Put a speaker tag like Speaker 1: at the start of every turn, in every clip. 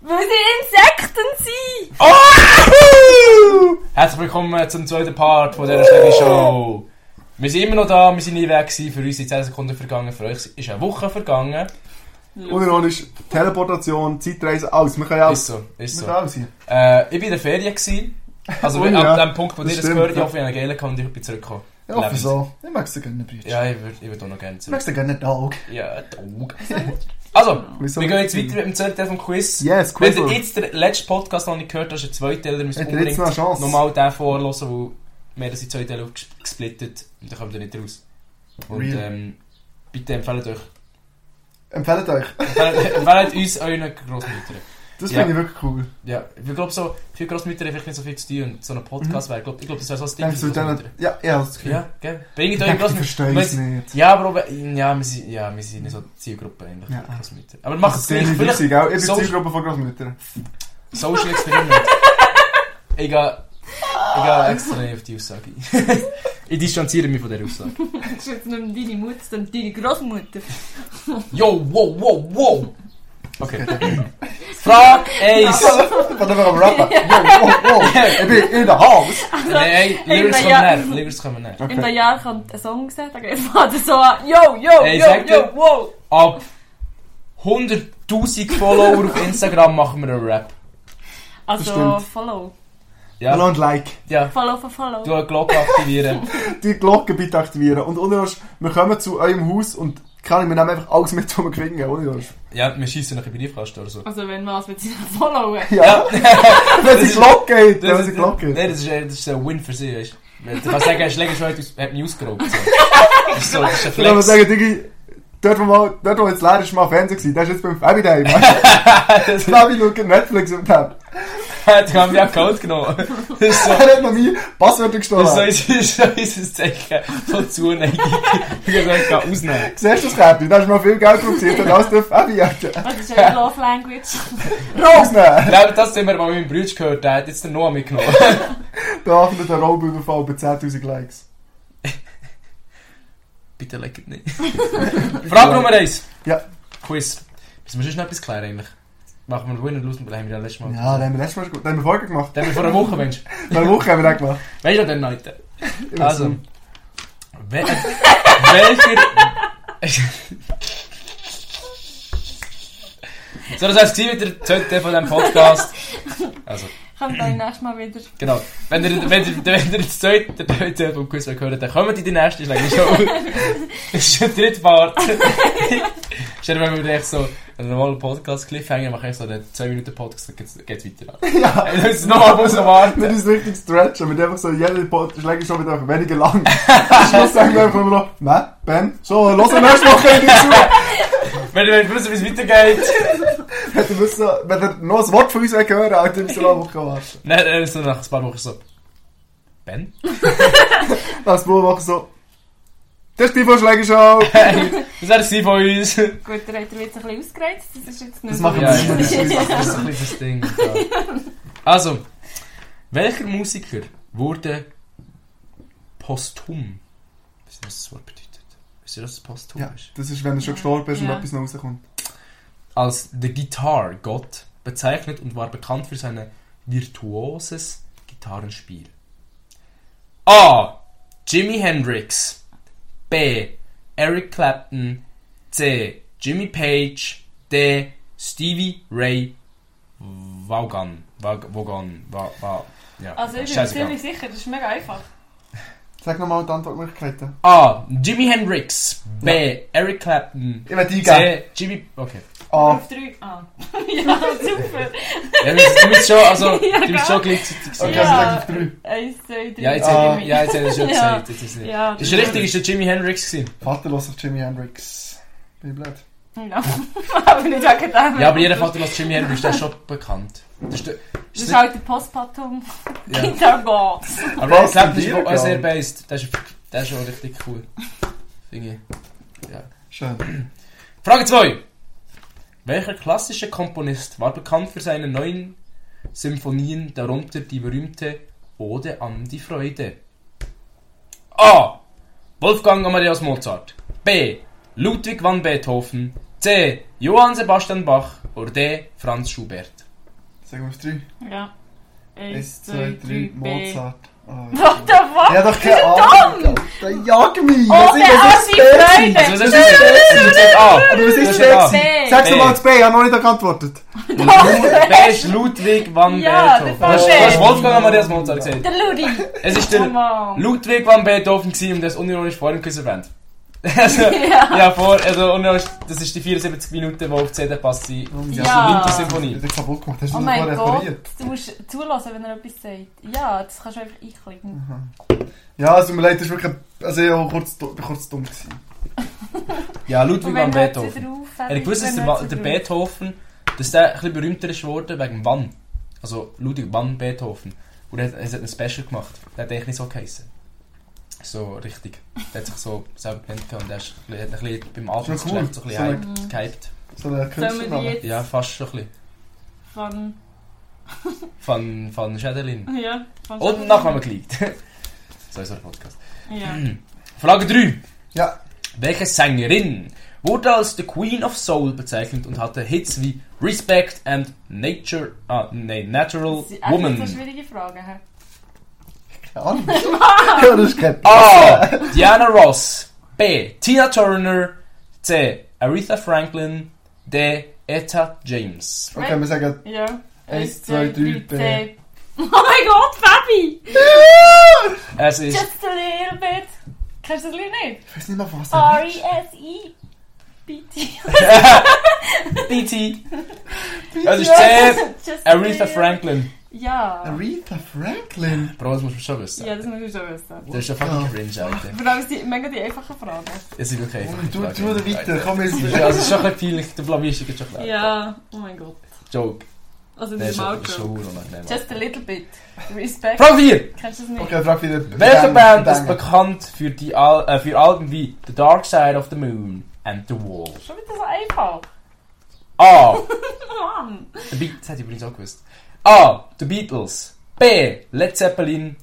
Speaker 1: Weil sie Insekten sind!
Speaker 2: Oh! Herzlich willkommen zum zweiten Part von dieser Stevie Show. Wir sind immer noch da, wir sind nie weg gewesen. Für uns sind 10 Sekunden vergangen, für euch ist eine Woche vergangen.
Speaker 3: Unironisch, Teleportation, Zeitreise, alles. Wir können ja
Speaker 2: Ist
Speaker 3: alles.
Speaker 2: so, ist
Speaker 3: Wir
Speaker 2: so.
Speaker 3: können alles sein.
Speaker 2: Äh, ich war in der Ferien. Gewesen. Also
Speaker 3: Oh
Speaker 2: ab
Speaker 3: ja,
Speaker 2: dem Punkt, wo
Speaker 3: das
Speaker 2: ihr das
Speaker 3: stimmt,
Speaker 2: gehört habt,
Speaker 3: ja.
Speaker 2: hoffe ich, habe einen geilen gehabt und ich bin zurückgekommen.
Speaker 3: Ich hoffe
Speaker 2: Lebend.
Speaker 3: so. Ich mag es gerne, Brüder.
Speaker 2: Ja, ich würde ich würd auch noch gerne
Speaker 3: Ich
Speaker 2: zurück.
Speaker 3: mag es gerne, Dog.
Speaker 2: Ja, Dog. Also,
Speaker 3: Wieso
Speaker 2: wir gehen jetzt
Speaker 3: nicht?
Speaker 2: weiter mit dem zweiten Teil vom Quiz. Wenn
Speaker 3: Yes, Quizzle.
Speaker 2: ihr jetzt den letzten Podcast noch nicht gehört habt, ist ein Zweiteiler, müsst ihr
Speaker 3: Habt ihr
Speaker 2: unbedingt
Speaker 3: jetzt noch eine Chance?
Speaker 2: nochmal den vorhören, weil wir haben das in zwei Teile aufgesplittet und dann kommt ihr nicht raus. Und
Speaker 3: Real.
Speaker 2: ähm, bitte empfehlt euch.
Speaker 3: Empfehlt euch.
Speaker 2: Empfehlt, empfehlt uns euren Grossmüttern.
Speaker 3: Das
Speaker 2: Ja.
Speaker 3: finde ich wirklich cool.
Speaker 2: Ja, ich glaube so, für Grossmütter haben vielleicht nicht so viel zu tun und so ein
Speaker 3: Mhm.
Speaker 2: Podcast wäre, glaub, ich glaube, das wäre so ein Ding
Speaker 3: Denkst du,
Speaker 2: für
Speaker 3: dann.
Speaker 2: Grossmütter.
Speaker 3: Ja, ja, das Gefühl.
Speaker 2: Ja, gell? Bringt
Speaker 3: Ich
Speaker 2: euren
Speaker 3: denke, die
Speaker 2: Grossmütter.
Speaker 3: verstehen es nicht.
Speaker 2: Ja, aber oben- ja, wir sind, ja, wir sind nicht so die Zielgruppe eigentlich,
Speaker 3: Ja. Also,
Speaker 2: ja. Grossmütter. Aber macht es
Speaker 3: Das ist
Speaker 2: gleich,
Speaker 3: ziemlich
Speaker 2: vielleicht
Speaker 3: witzig, gell? Ich bin
Speaker 2: so-
Speaker 3: die Zielgruppe von Großmüttern.
Speaker 2: Social Experiment. ich gehe ich gehe extra nicht auf die Aussage ein. ich distanziere mich von dieser Aussage.
Speaker 1: Das ist jetzt nicht mehr deine Mutter, sondern deine Großmutter.
Speaker 2: Yo, wow, wow, wow! Okay. Frage 1!
Speaker 3: Warte mal, am Rappen. Wow, wow, wow. Ich bin in der Haus.
Speaker 2: Nein, Lyrics
Speaker 1: ich
Speaker 2: kommen
Speaker 1: bin ja-
Speaker 2: näher. Lyrics kommen näher.
Speaker 1: In einem Jahr kommt ein Song gesehen, da geht es Vater so an. dus Yo, yo,
Speaker 2: Hey,
Speaker 1: yo,
Speaker 2: sag
Speaker 1: yo,
Speaker 2: dir-
Speaker 1: wow!
Speaker 2: Ab 100.000 Follower auf Instagram machen wir einen Rap.
Speaker 1: Also,
Speaker 3: stimmt.
Speaker 1: follow.
Speaker 3: Hallo
Speaker 2: Ja,
Speaker 3: und Like.
Speaker 2: ja.
Speaker 1: Follow for follow.
Speaker 2: Du eine Glocke aktivieren.
Speaker 3: Die Glocke bitte aktivieren. Und unironisch, wir kommen zu eurem Haus und kann ich mir nehmen einfach alles mit, was wir kriegen. Unironisch.
Speaker 2: Ja, wir schießen noch in den Briefkasten oder so.
Speaker 1: Also, wenn was mit seinen Followen.
Speaker 3: Ja. Wenn sie
Speaker 2: ist-
Speaker 3: Glocke geht, wenn
Speaker 2: Das
Speaker 3: sie
Speaker 2: ist,
Speaker 3: Glocke
Speaker 2: nein,
Speaker 3: geht.
Speaker 2: das ist, äh, das ist ein Win für sie, weißt du. Du kannst sagen, Schläger schon hat uns- hat mich ausgeraubt. So. Das ist so, das ist ein Flex.
Speaker 3: Ich würde sagen, Digi, dort wo, mal, dort, wo jetzt leer ist, mal Fernsehen gewesen. Das ist jetzt beim Fabi daheim. Fabi schaut Netflix und Tab.
Speaker 2: Die haben mich auch kalt genommen. Das ist so,
Speaker 3: Er hat noch nie Passwörter gestohlen.
Speaker 2: das ist so, ist so unser Zeichen von Zuneigung. Ich kann es gar ausnehmen.
Speaker 3: Siehst du das Käppchen? Da ist mal viel Geld produziert und alles der Fabi hat.
Speaker 1: Das ist eine Love Language.
Speaker 3: Rausnehmen!
Speaker 2: Ja, aber das haben wir mal mit meinem Bruder gehört, der hat jetzt den Noah mitgenommen.
Speaker 3: Da öffnet der Raubüberfall bei 10.000 Likes.
Speaker 2: Bitte legt nicht. Frage Nummer 1.
Speaker 3: Ja.
Speaker 2: Quiz. Müssen wir schon noch etwas klären eigentlich? Machen wir Win und Lose, weil haben wir ja letztes Mal.
Speaker 3: Ja, den haben wir letztes Mal schon gut. Den haben wir Folge gemacht.
Speaker 2: Den haben wir vor einer Woche, Mensch.
Speaker 3: Vor einer Woche haben wir den gemacht.
Speaker 2: Weißt du noch den Leuten?
Speaker 3: Ich weiß
Speaker 2: Also,
Speaker 3: nicht.
Speaker 2: wel welcher. so, das heißt, wieder der zweite Teil von diesem Podcast. Also,
Speaker 1: Kommt dann nächstes Mal wieder.
Speaker 2: genau. Wenn ihr, wenn ihr, wenn ihr das zweite den zweiten Teil vom Quiz hört, dann kommt in die nächste Schläge schon. Das ist der dritte Part. Stell dir mal vor, wir echt so einen normalen Podcast-Cliffhanger machen, echt so einen 2-Minuten-Podcast, dann geht's, geht's weiter.
Speaker 3: Ja.
Speaker 2: Wenn wir jetzt nochmal müssen warten.
Speaker 3: Nicht ins richtige Stretchen, mit einfach so, jeder Pod schlägt schon wieder weniger lang. Dus Am Schluss sagen wir einfach nur noch, ne, Ben, so, los, nächste Woche in die Schule.
Speaker 2: Wenn ihr wollt wissen, wie es weitergeht.
Speaker 3: Hätte ihr wissen, wenn ihr noch ein Wort von uns hören wollt, Alter, müsst ihr noch eine Woche warten.
Speaker 2: Nein, dann ist so nach ein paar Wochen so. Ben?
Speaker 3: Das Buch machen so, das ist die Vorschläge-Show.
Speaker 2: Das wäre sie von uns.
Speaker 1: Gut, der hat er jetzt ein bisschen ausgereizt. Das ist jetzt nicht
Speaker 3: Das machen
Speaker 2: Ja,
Speaker 3: wir
Speaker 2: ja,
Speaker 3: nicht mehr.
Speaker 2: ja. Das ist ein bisschen das Ding. Ja. Also, welcher Musiker wurde posthum? Wisst ihr, was das Wort bedeutet? Wisst ihr, was das posthum
Speaker 3: Ja,
Speaker 2: ist?
Speaker 3: das ist, wenn du schon gestorben bist und
Speaker 1: Ja.
Speaker 3: etwas noch rauskommt.
Speaker 2: Als The Guitar Gott bezeichnet und war bekannt für sein virtuoses Gitarrenspiel. A. Jimi Hendrix. B. Eric Clapton. C. Jimmy Page. D. Stevie Ray Vaughan. Vaug- Vaughan. Va Va ja.
Speaker 1: Also, ich bin mir
Speaker 2: Scheißegal.
Speaker 1: ziemlich sicher, das ist mega einfach.
Speaker 3: Sag nochmal die Antwortmöglichkeiten.
Speaker 2: A. Jimi Hendrix. B. Eric Clapton.
Speaker 3: Ich werde eingehen.
Speaker 2: C. Jimmy. Okay.
Speaker 3: Ah,
Speaker 1: Auf drei. Ah. ja, super.
Speaker 2: Ja, du bist- du bist schon, also,
Speaker 1: Ja,
Speaker 2: du bist
Speaker 1: klar.
Speaker 2: schon gleichzeitig.
Speaker 3: okay,
Speaker 2: gewesen.
Speaker 3: also
Speaker 1: Ja.
Speaker 3: sag ich auf drei.
Speaker 1: Eins, zwei, drei.
Speaker 2: Ja, jetzt
Speaker 3: Ah.
Speaker 2: hätte ich, ja, dus jetzt hätte ich schon
Speaker 1: Ja.
Speaker 2: gesagt. Jetzt ist nicht.
Speaker 1: Ja, dus
Speaker 2: Ist richtig, ist der Jimi Hendrix gewesen.
Speaker 3: Vater, los auf Jimi Hendrix. Bin ich blöd.
Speaker 1: Ja, aber nicht akademisch.
Speaker 2: Ja, aber jeder Vater, was Jimi Hendrix, der ist schon bekannt. Das ist der,
Speaker 1: Das ist halt der Postpatum.
Speaker 2: Ja.
Speaker 1: Kinder geht's.
Speaker 2: aber
Speaker 3: Was
Speaker 2: ich glaube, das ist
Speaker 3: denn
Speaker 2: auch sehr
Speaker 3: hier?
Speaker 2: based. Der ist, der ist schon richtig cool. Finde ich.
Speaker 3: Schön.
Speaker 2: Frage 2. Welcher klassische Komponist war bekannt für seine neuen Symphonien, darunter die berühmte Ode an die Freude? A. Wolfgang Amadeus Mozart. B. Ludwig van Beethoven. C. Johann Sebastian Bach. Oder D. Franz Schubert.
Speaker 3: Sagen wir auf drei.
Speaker 1: Ja.
Speaker 3: Eins, zwei, drei, Mozart. Oh,
Speaker 1: What the fuck?
Speaker 3: Ja, doch keine
Speaker 1: dumm!
Speaker 3: Ahnung. Da jag mich!
Speaker 1: Oh, der
Speaker 3: was
Speaker 1: arme
Speaker 3: ist
Speaker 1: Freunde!
Speaker 3: das?
Speaker 2: Also, das ist das A.
Speaker 3: Aber
Speaker 2: Das
Speaker 3: was ist
Speaker 2: ist A.
Speaker 3: das?
Speaker 1: B.
Speaker 3: Sag's
Speaker 2: B.
Speaker 3: nochmal das B, ich habe noch nicht geantwortet.
Speaker 2: Wer ist Ludwig van
Speaker 1: Ja,
Speaker 2: Beethoven?
Speaker 1: der Van
Speaker 2: Das ist
Speaker 1: Beethoven.
Speaker 2: Wolfgang Amadeus Mozart gesagt.
Speaker 1: Der Ludi!
Speaker 2: Es ist
Speaker 1: Oh
Speaker 2: der
Speaker 1: Mann.
Speaker 2: Ludwig van Beethoven gewesen und das unironisch vor dem Küssen erwähnt. Also,
Speaker 1: Ja.
Speaker 2: ja, vor, also, unironisch, das ist die 74 Minuten, die auf die CD passt sind.
Speaker 1: Ja.
Speaker 2: Das ist die
Speaker 3: Ich
Speaker 2: Wintersymphonie.
Speaker 3: hab dich kaputt gemacht, hast du
Speaker 1: Oh
Speaker 3: das
Speaker 1: mein
Speaker 3: vorher
Speaker 1: Gott,
Speaker 3: repariert?
Speaker 1: du musst zulassen, wenn er etwas sagt. Ja, das kannst du einfach einklicken.
Speaker 3: Ja, es tut mir leid, das ist wirklich... Also ich war kurz, du- kurz dumm. Gewesen.
Speaker 2: Ja, Ludwig
Speaker 1: Und
Speaker 2: van
Speaker 1: wenn wir jetzt
Speaker 2: Beethoven.
Speaker 1: drauf
Speaker 2: Er hat gewusst, dass der,
Speaker 1: wenn
Speaker 2: dus Wa-
Speaker 1: wir
Speaker 2: der
Speaker 1: jetzt drauf-
Speaker 2: Beethoven, dass der ein bisschen berühmter ist geworden wegen Wann. Also Ludwig van Beethoven. Und er hat, er hat ein Special gemacht. Der hat eigentlich nicht so geheißen. So richtig. Der hat sich so selber genannt gehabt und er ist ein bisschen, hat ein bisschen beim Altersgeschlecht so ein
Speaker 3: cool. So
Speaker 2: bisschen
Speaker 1: Mm.
Speaker 2: hyped- gehypt.
Speaker 3: So ein
Speaker 1: Sollen wir die
Speaker 3: Künstlername.
Speaker 1: jetzt
Speaker 2: Ja, fast schon ein bisschen.
Speaker 1: von...
Speaker 2: Von, von Schädelin.
Speaker 1: Ja, von...
Speaker 2: Und nachher haben wir geleakt. so ist unser Podcast.
Speaker 1: Ja.
Speaker 2: Frage 3.
Speaker 3: Ja.
Speaker 2: Welche Sängerin wurde als The Queen of Soul bezeichnet und hatte Hits wie Respect and Nature, ah, nee, Natural
Speaker 1: Das sind echt so
Speaker 2: Woman?
Speaker 1: schwierige Fragen. hä?
Speaker 3: Keine Ahnung. Ja, das ist kein...
Speaker 2: A. Ah! Diana Ross. B. Tina Turner. C. Aretha Franklin. D. Etta James.
Speaker 3: Okay, wir sagen...
Speaker 1: Ja.
Speaker 3: Eins, zwei, drei, B.
Speaker 1: C. Oh mein Gott, Fabi!
Speaker 2: Es ist
Speaker 1: Just a little bit. Kennst du das Lied nicht?
Speaker 3: Ich weiß nicht mehr, was er ist.
Speaker 1: E R-E-S-I-B-T.
Speaker 2: BT. Es ist C. Aretha Franklin.
Speaker 1: Ja.
Speaker 3: Aretha Franklin.
Speaker 2: Bro, das musst du schon wissen.
Speaker 1: Ja, das muss ich schon wissen.
Speaker 2: Das ist ja fucking cringe, Alter.
Speaker 1: Aber das sind mega die einfachen Fragen.
Speaker 2: Es ist okay.
Speaker 3: Und du, du da Oh, weiter, komm jetzt.
Speaker 2: Also, es ist schon ein bisschen peinlich. Der Flavist ist schon klar.
Speaker 1: Ja, oh mein Gott.
Speaker 2: Joke.
Speaker 1: Also
Speaker 2: Der
Speaker 1: das
Speaker 2: ist
Speaker 1: ist
Speaker 2: schon- ist
Speaker 1: Marco.
Speaker 2: schon unangenehm.
Speaker 1: Just a little bit. Respect.
Speaker 2: Frage 4.
Speaker 1: Kennst du das nicht?
Speaker 3: Okay, frag wieder.
Speaker 2: Welche Band ist bekannt für, dus die Al äh, für Alben wie The Dark Side of the Moon and The Wall?
Speaker 1: Schon wieder so einfach.
Speaker 2: A.
Speaker 1: Mann.
Speaker 2: The Beat, das hätte ich übrigens auch gewusst. A. Oh, The Beatles. B. Led Zeppelin.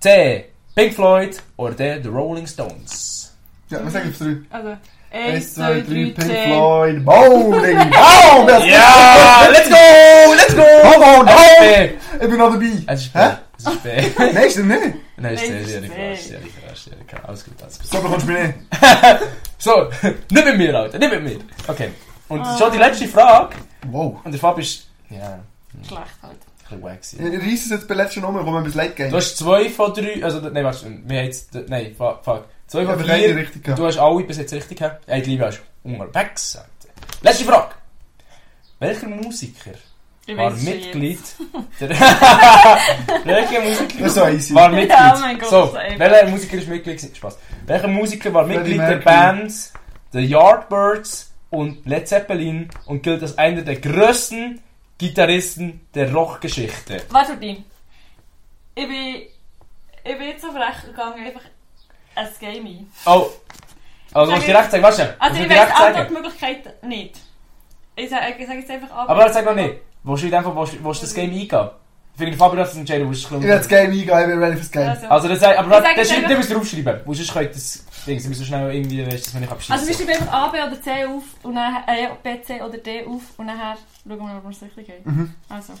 Speaker 2: C. Pink Floyd. Oder D. The Rolling Stones.
Speaker 3: Ja, wir sagen auf drei.
Speaker 1: Also.
Speaker 3: Eins,
Speaker 1: eins,
Speaker 3: zwei, drei,
Speaker 1: drei,
Speaker 3: Pink
Speaker 1: zehn.
Speaker 3: Floyd. Bowling! Wow, das
Speaker 2: Ja, let's go! Let's go!
Speaker 3: Come on,
Speaker 2: Es ist B.
Speaker 3: Ich bin noch dabei.
Speaker 2: Es ist B.
Speaker 3: Hä?
Speaker 2: Es ist B.
Speaker 3: Nein, ist er nicht.
Speaker 2: Nein, es ist
Speaker 1: Nein,
Speaker 2: C.
Speaker 1: es
Speaker 2: Sie
Speaker 1: ist
Speaker 2: hat
Speaker 1: B.
Speaker 2: gefragt, sie hat gefragt, sie hat gefragt. Alles gut, alles gut.
Speaker 3: So bekommst du mich nicht.
Speaker 2: So, nicht mit mir, Alter, nicht mit mir. Okay. Und schon dus die letzte Frage.
Speaker 3: Wow.
Speaker 2: Und der Fab ist... Ja, ein
Speaker 1: Schlecht halt.
Speaker 2: bisschen wacky.
Speaker 3: Ich reiss es jetzt bei der letzten Nummer, wo wir bis late gehen.
Speaker 2: Du hast zwei von drei, also nein, warte, wir haben jetzt, nein, fuck, fuck. Zwei
Speaker 3: Ich
Speaker 2: von
Speaker 3: habe
Speaker 2: vier,
Speaker 3: keine richtig gehabt.
Speaker 2: du hast alle bis jetzt richtig gehabt. Ja, die Liebe hast du unterwegs. Alter. Letzte Frage. Welcher Musiker
Speaker 1: Ich
Speaker 2: war
Speaker 1: weiß es schon
Speaker 2: Mitglied der... Welcher Musiker
Speaker 3: Das ist so easy.
Speaker 2: war Mitglied?
Speaker 1: Ja, mein Gott,
Speaker 2: so,
Speaker 1: so einfach.
Speaker 2: welcher Musiker ist Mitglied? gewesen? Spaß. Welcher Musiker war
Speaker 3: Freddie
Speaker 2: Mitglied der
Speaker 3: Mercury.
Speaker 2: Bands The Yardbirds und Led Zeppelin und gilt als einer der grössten Gitarristen der Rockgeschichte?
Speaker 1: Warte, Martin. Ich bin, ich bin jetzt so frech gegangen, einfach ein Game ein.
Speaker 2: Oh. Also, du
Speaker 1: Sag
Speaker 2: musst
Speaker 1: ich-
Speaker 2: direkt sagen, weißt du?
Speaker 1: Also
Speaker 2: musst
Speaker 1: ich weiß
Speaker 2: du direkt
Speaker 1: die
Speaker 2: sagen.
Speaker 1: Antwortmöglichkeit nicht. Ich sage, ich sage jetzt einfach ab.
Speaker 2: Aber sag noch nicht. Willst du in dem Fall, willst, willst du das Game eingehen? Ich finde, Fabi darf das entscheiden, willst du
Speaker 3: Ich
Speaker 2: es
Speaker 3: will das Game eingehen, ich bin ready fürs Game.
Speaker 1: Also, also,
Speaker 2: Also, das sei, aber
Speaker 1: Ich
Speaker 2: warte,
Speaker 1: sag
Speaker 2: das
Speaker 1: jetzt
Speaker 2: schreibt,
Speaker 1: einfach-
Speaker 2: du musst draufschreiben. Weil sonst könnte das, Ding, sie müssen schnell irgendwie, weißt du, dass wir nicht abschießen.
Speaker 1: also wir schreiben einfach A, B oder C auf und dann, äh, B, C oder D auf und nachher schauen wir, ob wir es richtig haben.
Speaker 3: Mhm.
Speaker 1: Also,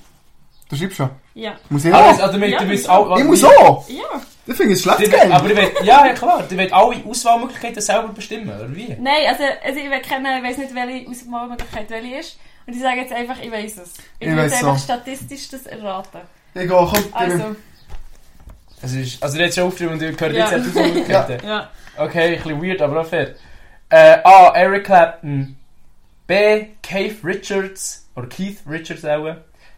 Speaker 3: Du schreibst schon.
Speaker 1: Ah, ja.
Speaker 3: Muss ich
Speaker 2: also,
Speaker 3: auch?
Speaker 2: also, wir,
Speaker 1: Ja,
Speaker 2: du
Speaker 1: ich
Speaker 2: willst auch,
Speaker 3: Ich muss auch!
Speaker 1: Ja.
Speaker 3: Ich finde es ein
Speaker 2: Die,
Speaker 3: schlechtes
Speaker 2: will-
Speaker 3: Game.
Speaker 2: aber ich will, ja, ja, klar, die will alle Auswahlmöglichkeiten selber bestimmen, oder wie?
Speaker 1: Nein, also, also ich will keine, ich weiß nicht, welche Auswahlmöglichkeit welche ist. Und ich sage jetzt einfach, ich weiß es. Ich,
Speaker 3: Ich
Speaker 1: will
Speaker 3: weiss
Speaker 1: jetzt einfach
Speaker 3: auch.
Speaker 1: statistisch Ah, das erraten.
Speaker 3: Ich gehe, komm, gib mir.
Speaker 1: Also,
Speaker 2: Also, ist, also, der hat schon aufgeschrieben und ihr gehört
Speaker 1: Ja.
Speaker 2: jetzt die Auswahlmöglichkeiten.
Speaker 1: ja.
Speaker 2: Okay, ein bisschen weird, aber auch fair. Äh, A. Eric Clapton. B. Keith Richards. Oder Keith Richards auch.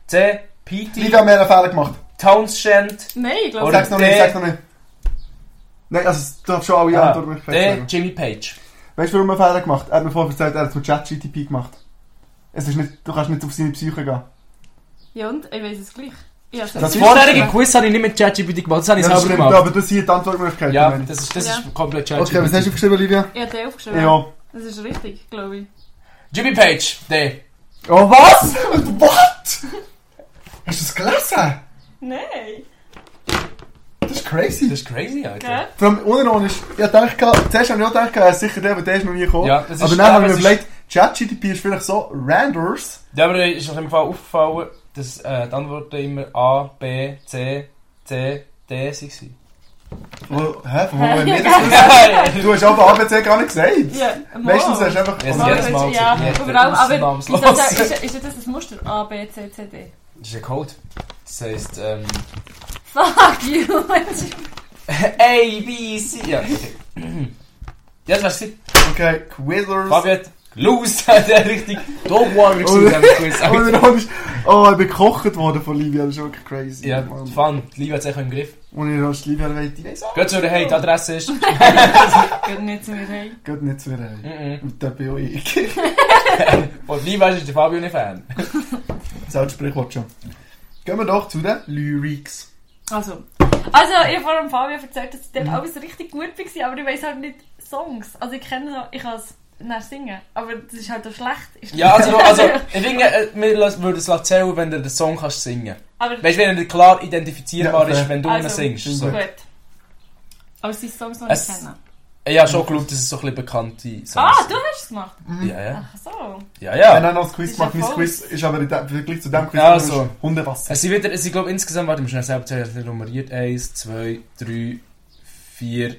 Speaker 2: C. P.T.
Speaker 3: Liga hat mehr einen Fehler gemacht.
Speaker 2: Townshend.
Speaker 1: Nein, ich glaube,
Speaker 2: Oder
Speaker 3: Sag's noch nicht,
Speaker 2: der-
Speaker 3: sag's noch nicht. Nein, also, du darfst schon alle
Speaker 2: Ah, D.
Speaker 3: Antwortmöglichkeiten sagen.
Speaker 2: Jimmy Page.
Speaker 3: Weißt du, warum er einen Fehler gemacht hat? Er hat mir vorher gesagt, er hat es mit ChatGTP gemacht. Es ist nicht, du kannst nicht auf seine Psyche gehen.
Speaker 1: Ja, und ich weiß es gleich. Ja, also-
Speaker 3: Das
Speaker 2: Das
Speaker 3: ist-
Speaker 2: vorherige Quiz habe ich nicht mit ChatGPT gemacht, das habe ich
Speaker 3: Ja, das
Speaker 2: selber
Speaker 3: stimmt,
Speaker 2: gemacht.
Speaker 3: aber das hier die Antwortmöglichkeiten.
Speaker 2: Ja,
Speaker 3: meine ich.
Speaker 2: das ist, das
Speaker 1: Ja.
Speaker 2: ist komplett
Speaker 3: Okay, was hast du
Speaker 2: ChatGPT.
Speaker 3: aufgeschrieben, Olivia?
Speaker 1: Ich habe den aufgeschrieben.
Speaker 3: Ja.
Speaker 1: Das ist richtig, glaube ich.
Speaker 2: Jimmy Page. D.
Speaker 3: Oh, was? What? Hast du das gelesen?
Speaker 1: Nein.
Speaker 3: Das ist crazy.
Speaker 2: Das ist crazy, Alter.
Speaker 1: Gell?
Speaker 3: Vor allem unironisch, ich dachte, zuerst habe ich auch gedacht, er ist sicher der, aber der ist noch nie gekommen.
Speaker 2: Ja, dus das ist-
Speaker 3: aber dann
Speaker 2: aber
Speaker 3: habe ich mir
Speaker 2: es
Speaker 3: überlegt, ChatGTP ist vielleicht so randers.
Speaker 2: Ja, aber ist auf jeden Fall aufgefallen, dass äh, die Antworten immer A, B, C, C, D waren.
Speaker 3: Oh, hä? Von wo
Speaker 1: Hä?
Speaker 3: haben wir das gesagt? Du hast aber ABC gar nicht gesagt.
Speaker 1: Ja,
Speaker 3: Meistens hast du einfach...
Speaker 2: Ja,
Speaker 1: Mal,
Speaker 2: jedes Mal
Speaker 1: ja,
Speaker 2: gesagt, ja,
Speaker 1: überall, aber
Speaker 2: ausnahmslos.
Speaker 1: ist das, ist, ist das das ein Muster? A, B, C, C, D.
Speaker 2: Das ist ein Code. Das heisst, ähm,
Speaker 1: Fuck you!
Speaker 2: A, B, C. Ja, okay. ja das wär's gewesen.
Speaker 3: Okay, Quizers.
Speaker 2: Fabi hat los, hat er richtig dumm war ich gewesen,
Speaker 3: Oder-
Speaker 2: dem Quiz.
Speaker 3: Oh,
Speaker 2: Alter.
Speaker 3: ironisch. Oh, ich bin gekocht worden von Livia, das ist wirklich crazy.
Speaker 2: Ja,
Speaker 3: Mann.
Speaker 2: Fan, die Liebe hat sich im Griff.
Speaker 3: Und ihr hast Livia erwähnt, ich weiss auch.
Speaker 2: Geht zu der Hey, die Adresse ist. mm,
Speaker 1: Geht nicht zu mir rein.
Speaker 3: Geht nicht zu mir rein.
Speaker 2: Mhm.
Speaker 3: Und dann bin auch ich.
Speaker 2: Und die Liebe ist der Fabio nicht Fan.
Speaker 3: Selbst Sprichwort schon. Gehen wir doch zu den Lyrics.
Speaker 1: Also, also ich habe vorhin Fabio erzählt, dass dort
Speaker 2: Mhm.
Speaker 1: alles richtig gut war, aber ich weiss halt nicht Songs. Also ich kenne so, ich kann es nachher singen, aber das ist halt auch schlecht. Ist
Speaker 2: Ja, also, also
Speaker 1: schlecht.
Speaker 2: ich finde, äh, wir lassen- würden es erzählen, wenn du den Song kannst singen
Speaker 1: aber
Speaker 2: Weißt du, wenn er klar identifizierbar
Speaker 3: Ja, fair.
Speaker 2: ist, wenn du ihn
Speaker 1: Also.
Speaker 2: singst. So.
Speaker 1: gut. Aber es sind Songs, die
Speaker 2: Es-
Speaker 1: ich kenne.
Speaker 2: Ich habe schon geglaubt, dass es so ein bisschen bekannte Songs
Speaker 1: Ah, du hast es gemacht?
Speaker 2: sind. Ja, ja.
Speaker 1: Ach so.
Speaker 2: Ja,
Speaker 3: Wenn
Speaker 2: ja.
Speaker 3: er noch ein Quiz
Speaker 1: Ist
Speaker 3: macht,
Speaker 1: ja
Speaker 3: mein
Speaker 1: voll.
Speaker 3: Quiz ist aber in dem- im Vergleich zu dem Quiz
Speaker 2: Ja, also.
Speaker 3: ist Hundewasser.
Speaker 2: Es sind wieder, es sind, glaube ich, insgesamt, warte, ich muss schnell selber zählen, es sind nummeriert. Eins, zwei, drei, vier,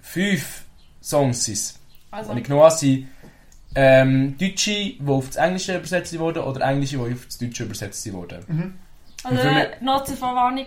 Speaker 2: fünf Songs sind es.
Speaker 1: Also,
Speaker 2: Und ich genommen habe, sind ähm, Deutsche, die auf das Englische übersetzt wurden, oder Englische, die auf das Deutsche übersetzt wurden.
Speaker 3: Mhm.
Speaker 1: also
Speaker 2: wie viel-
Speaker 1: noch zur Verwarnung,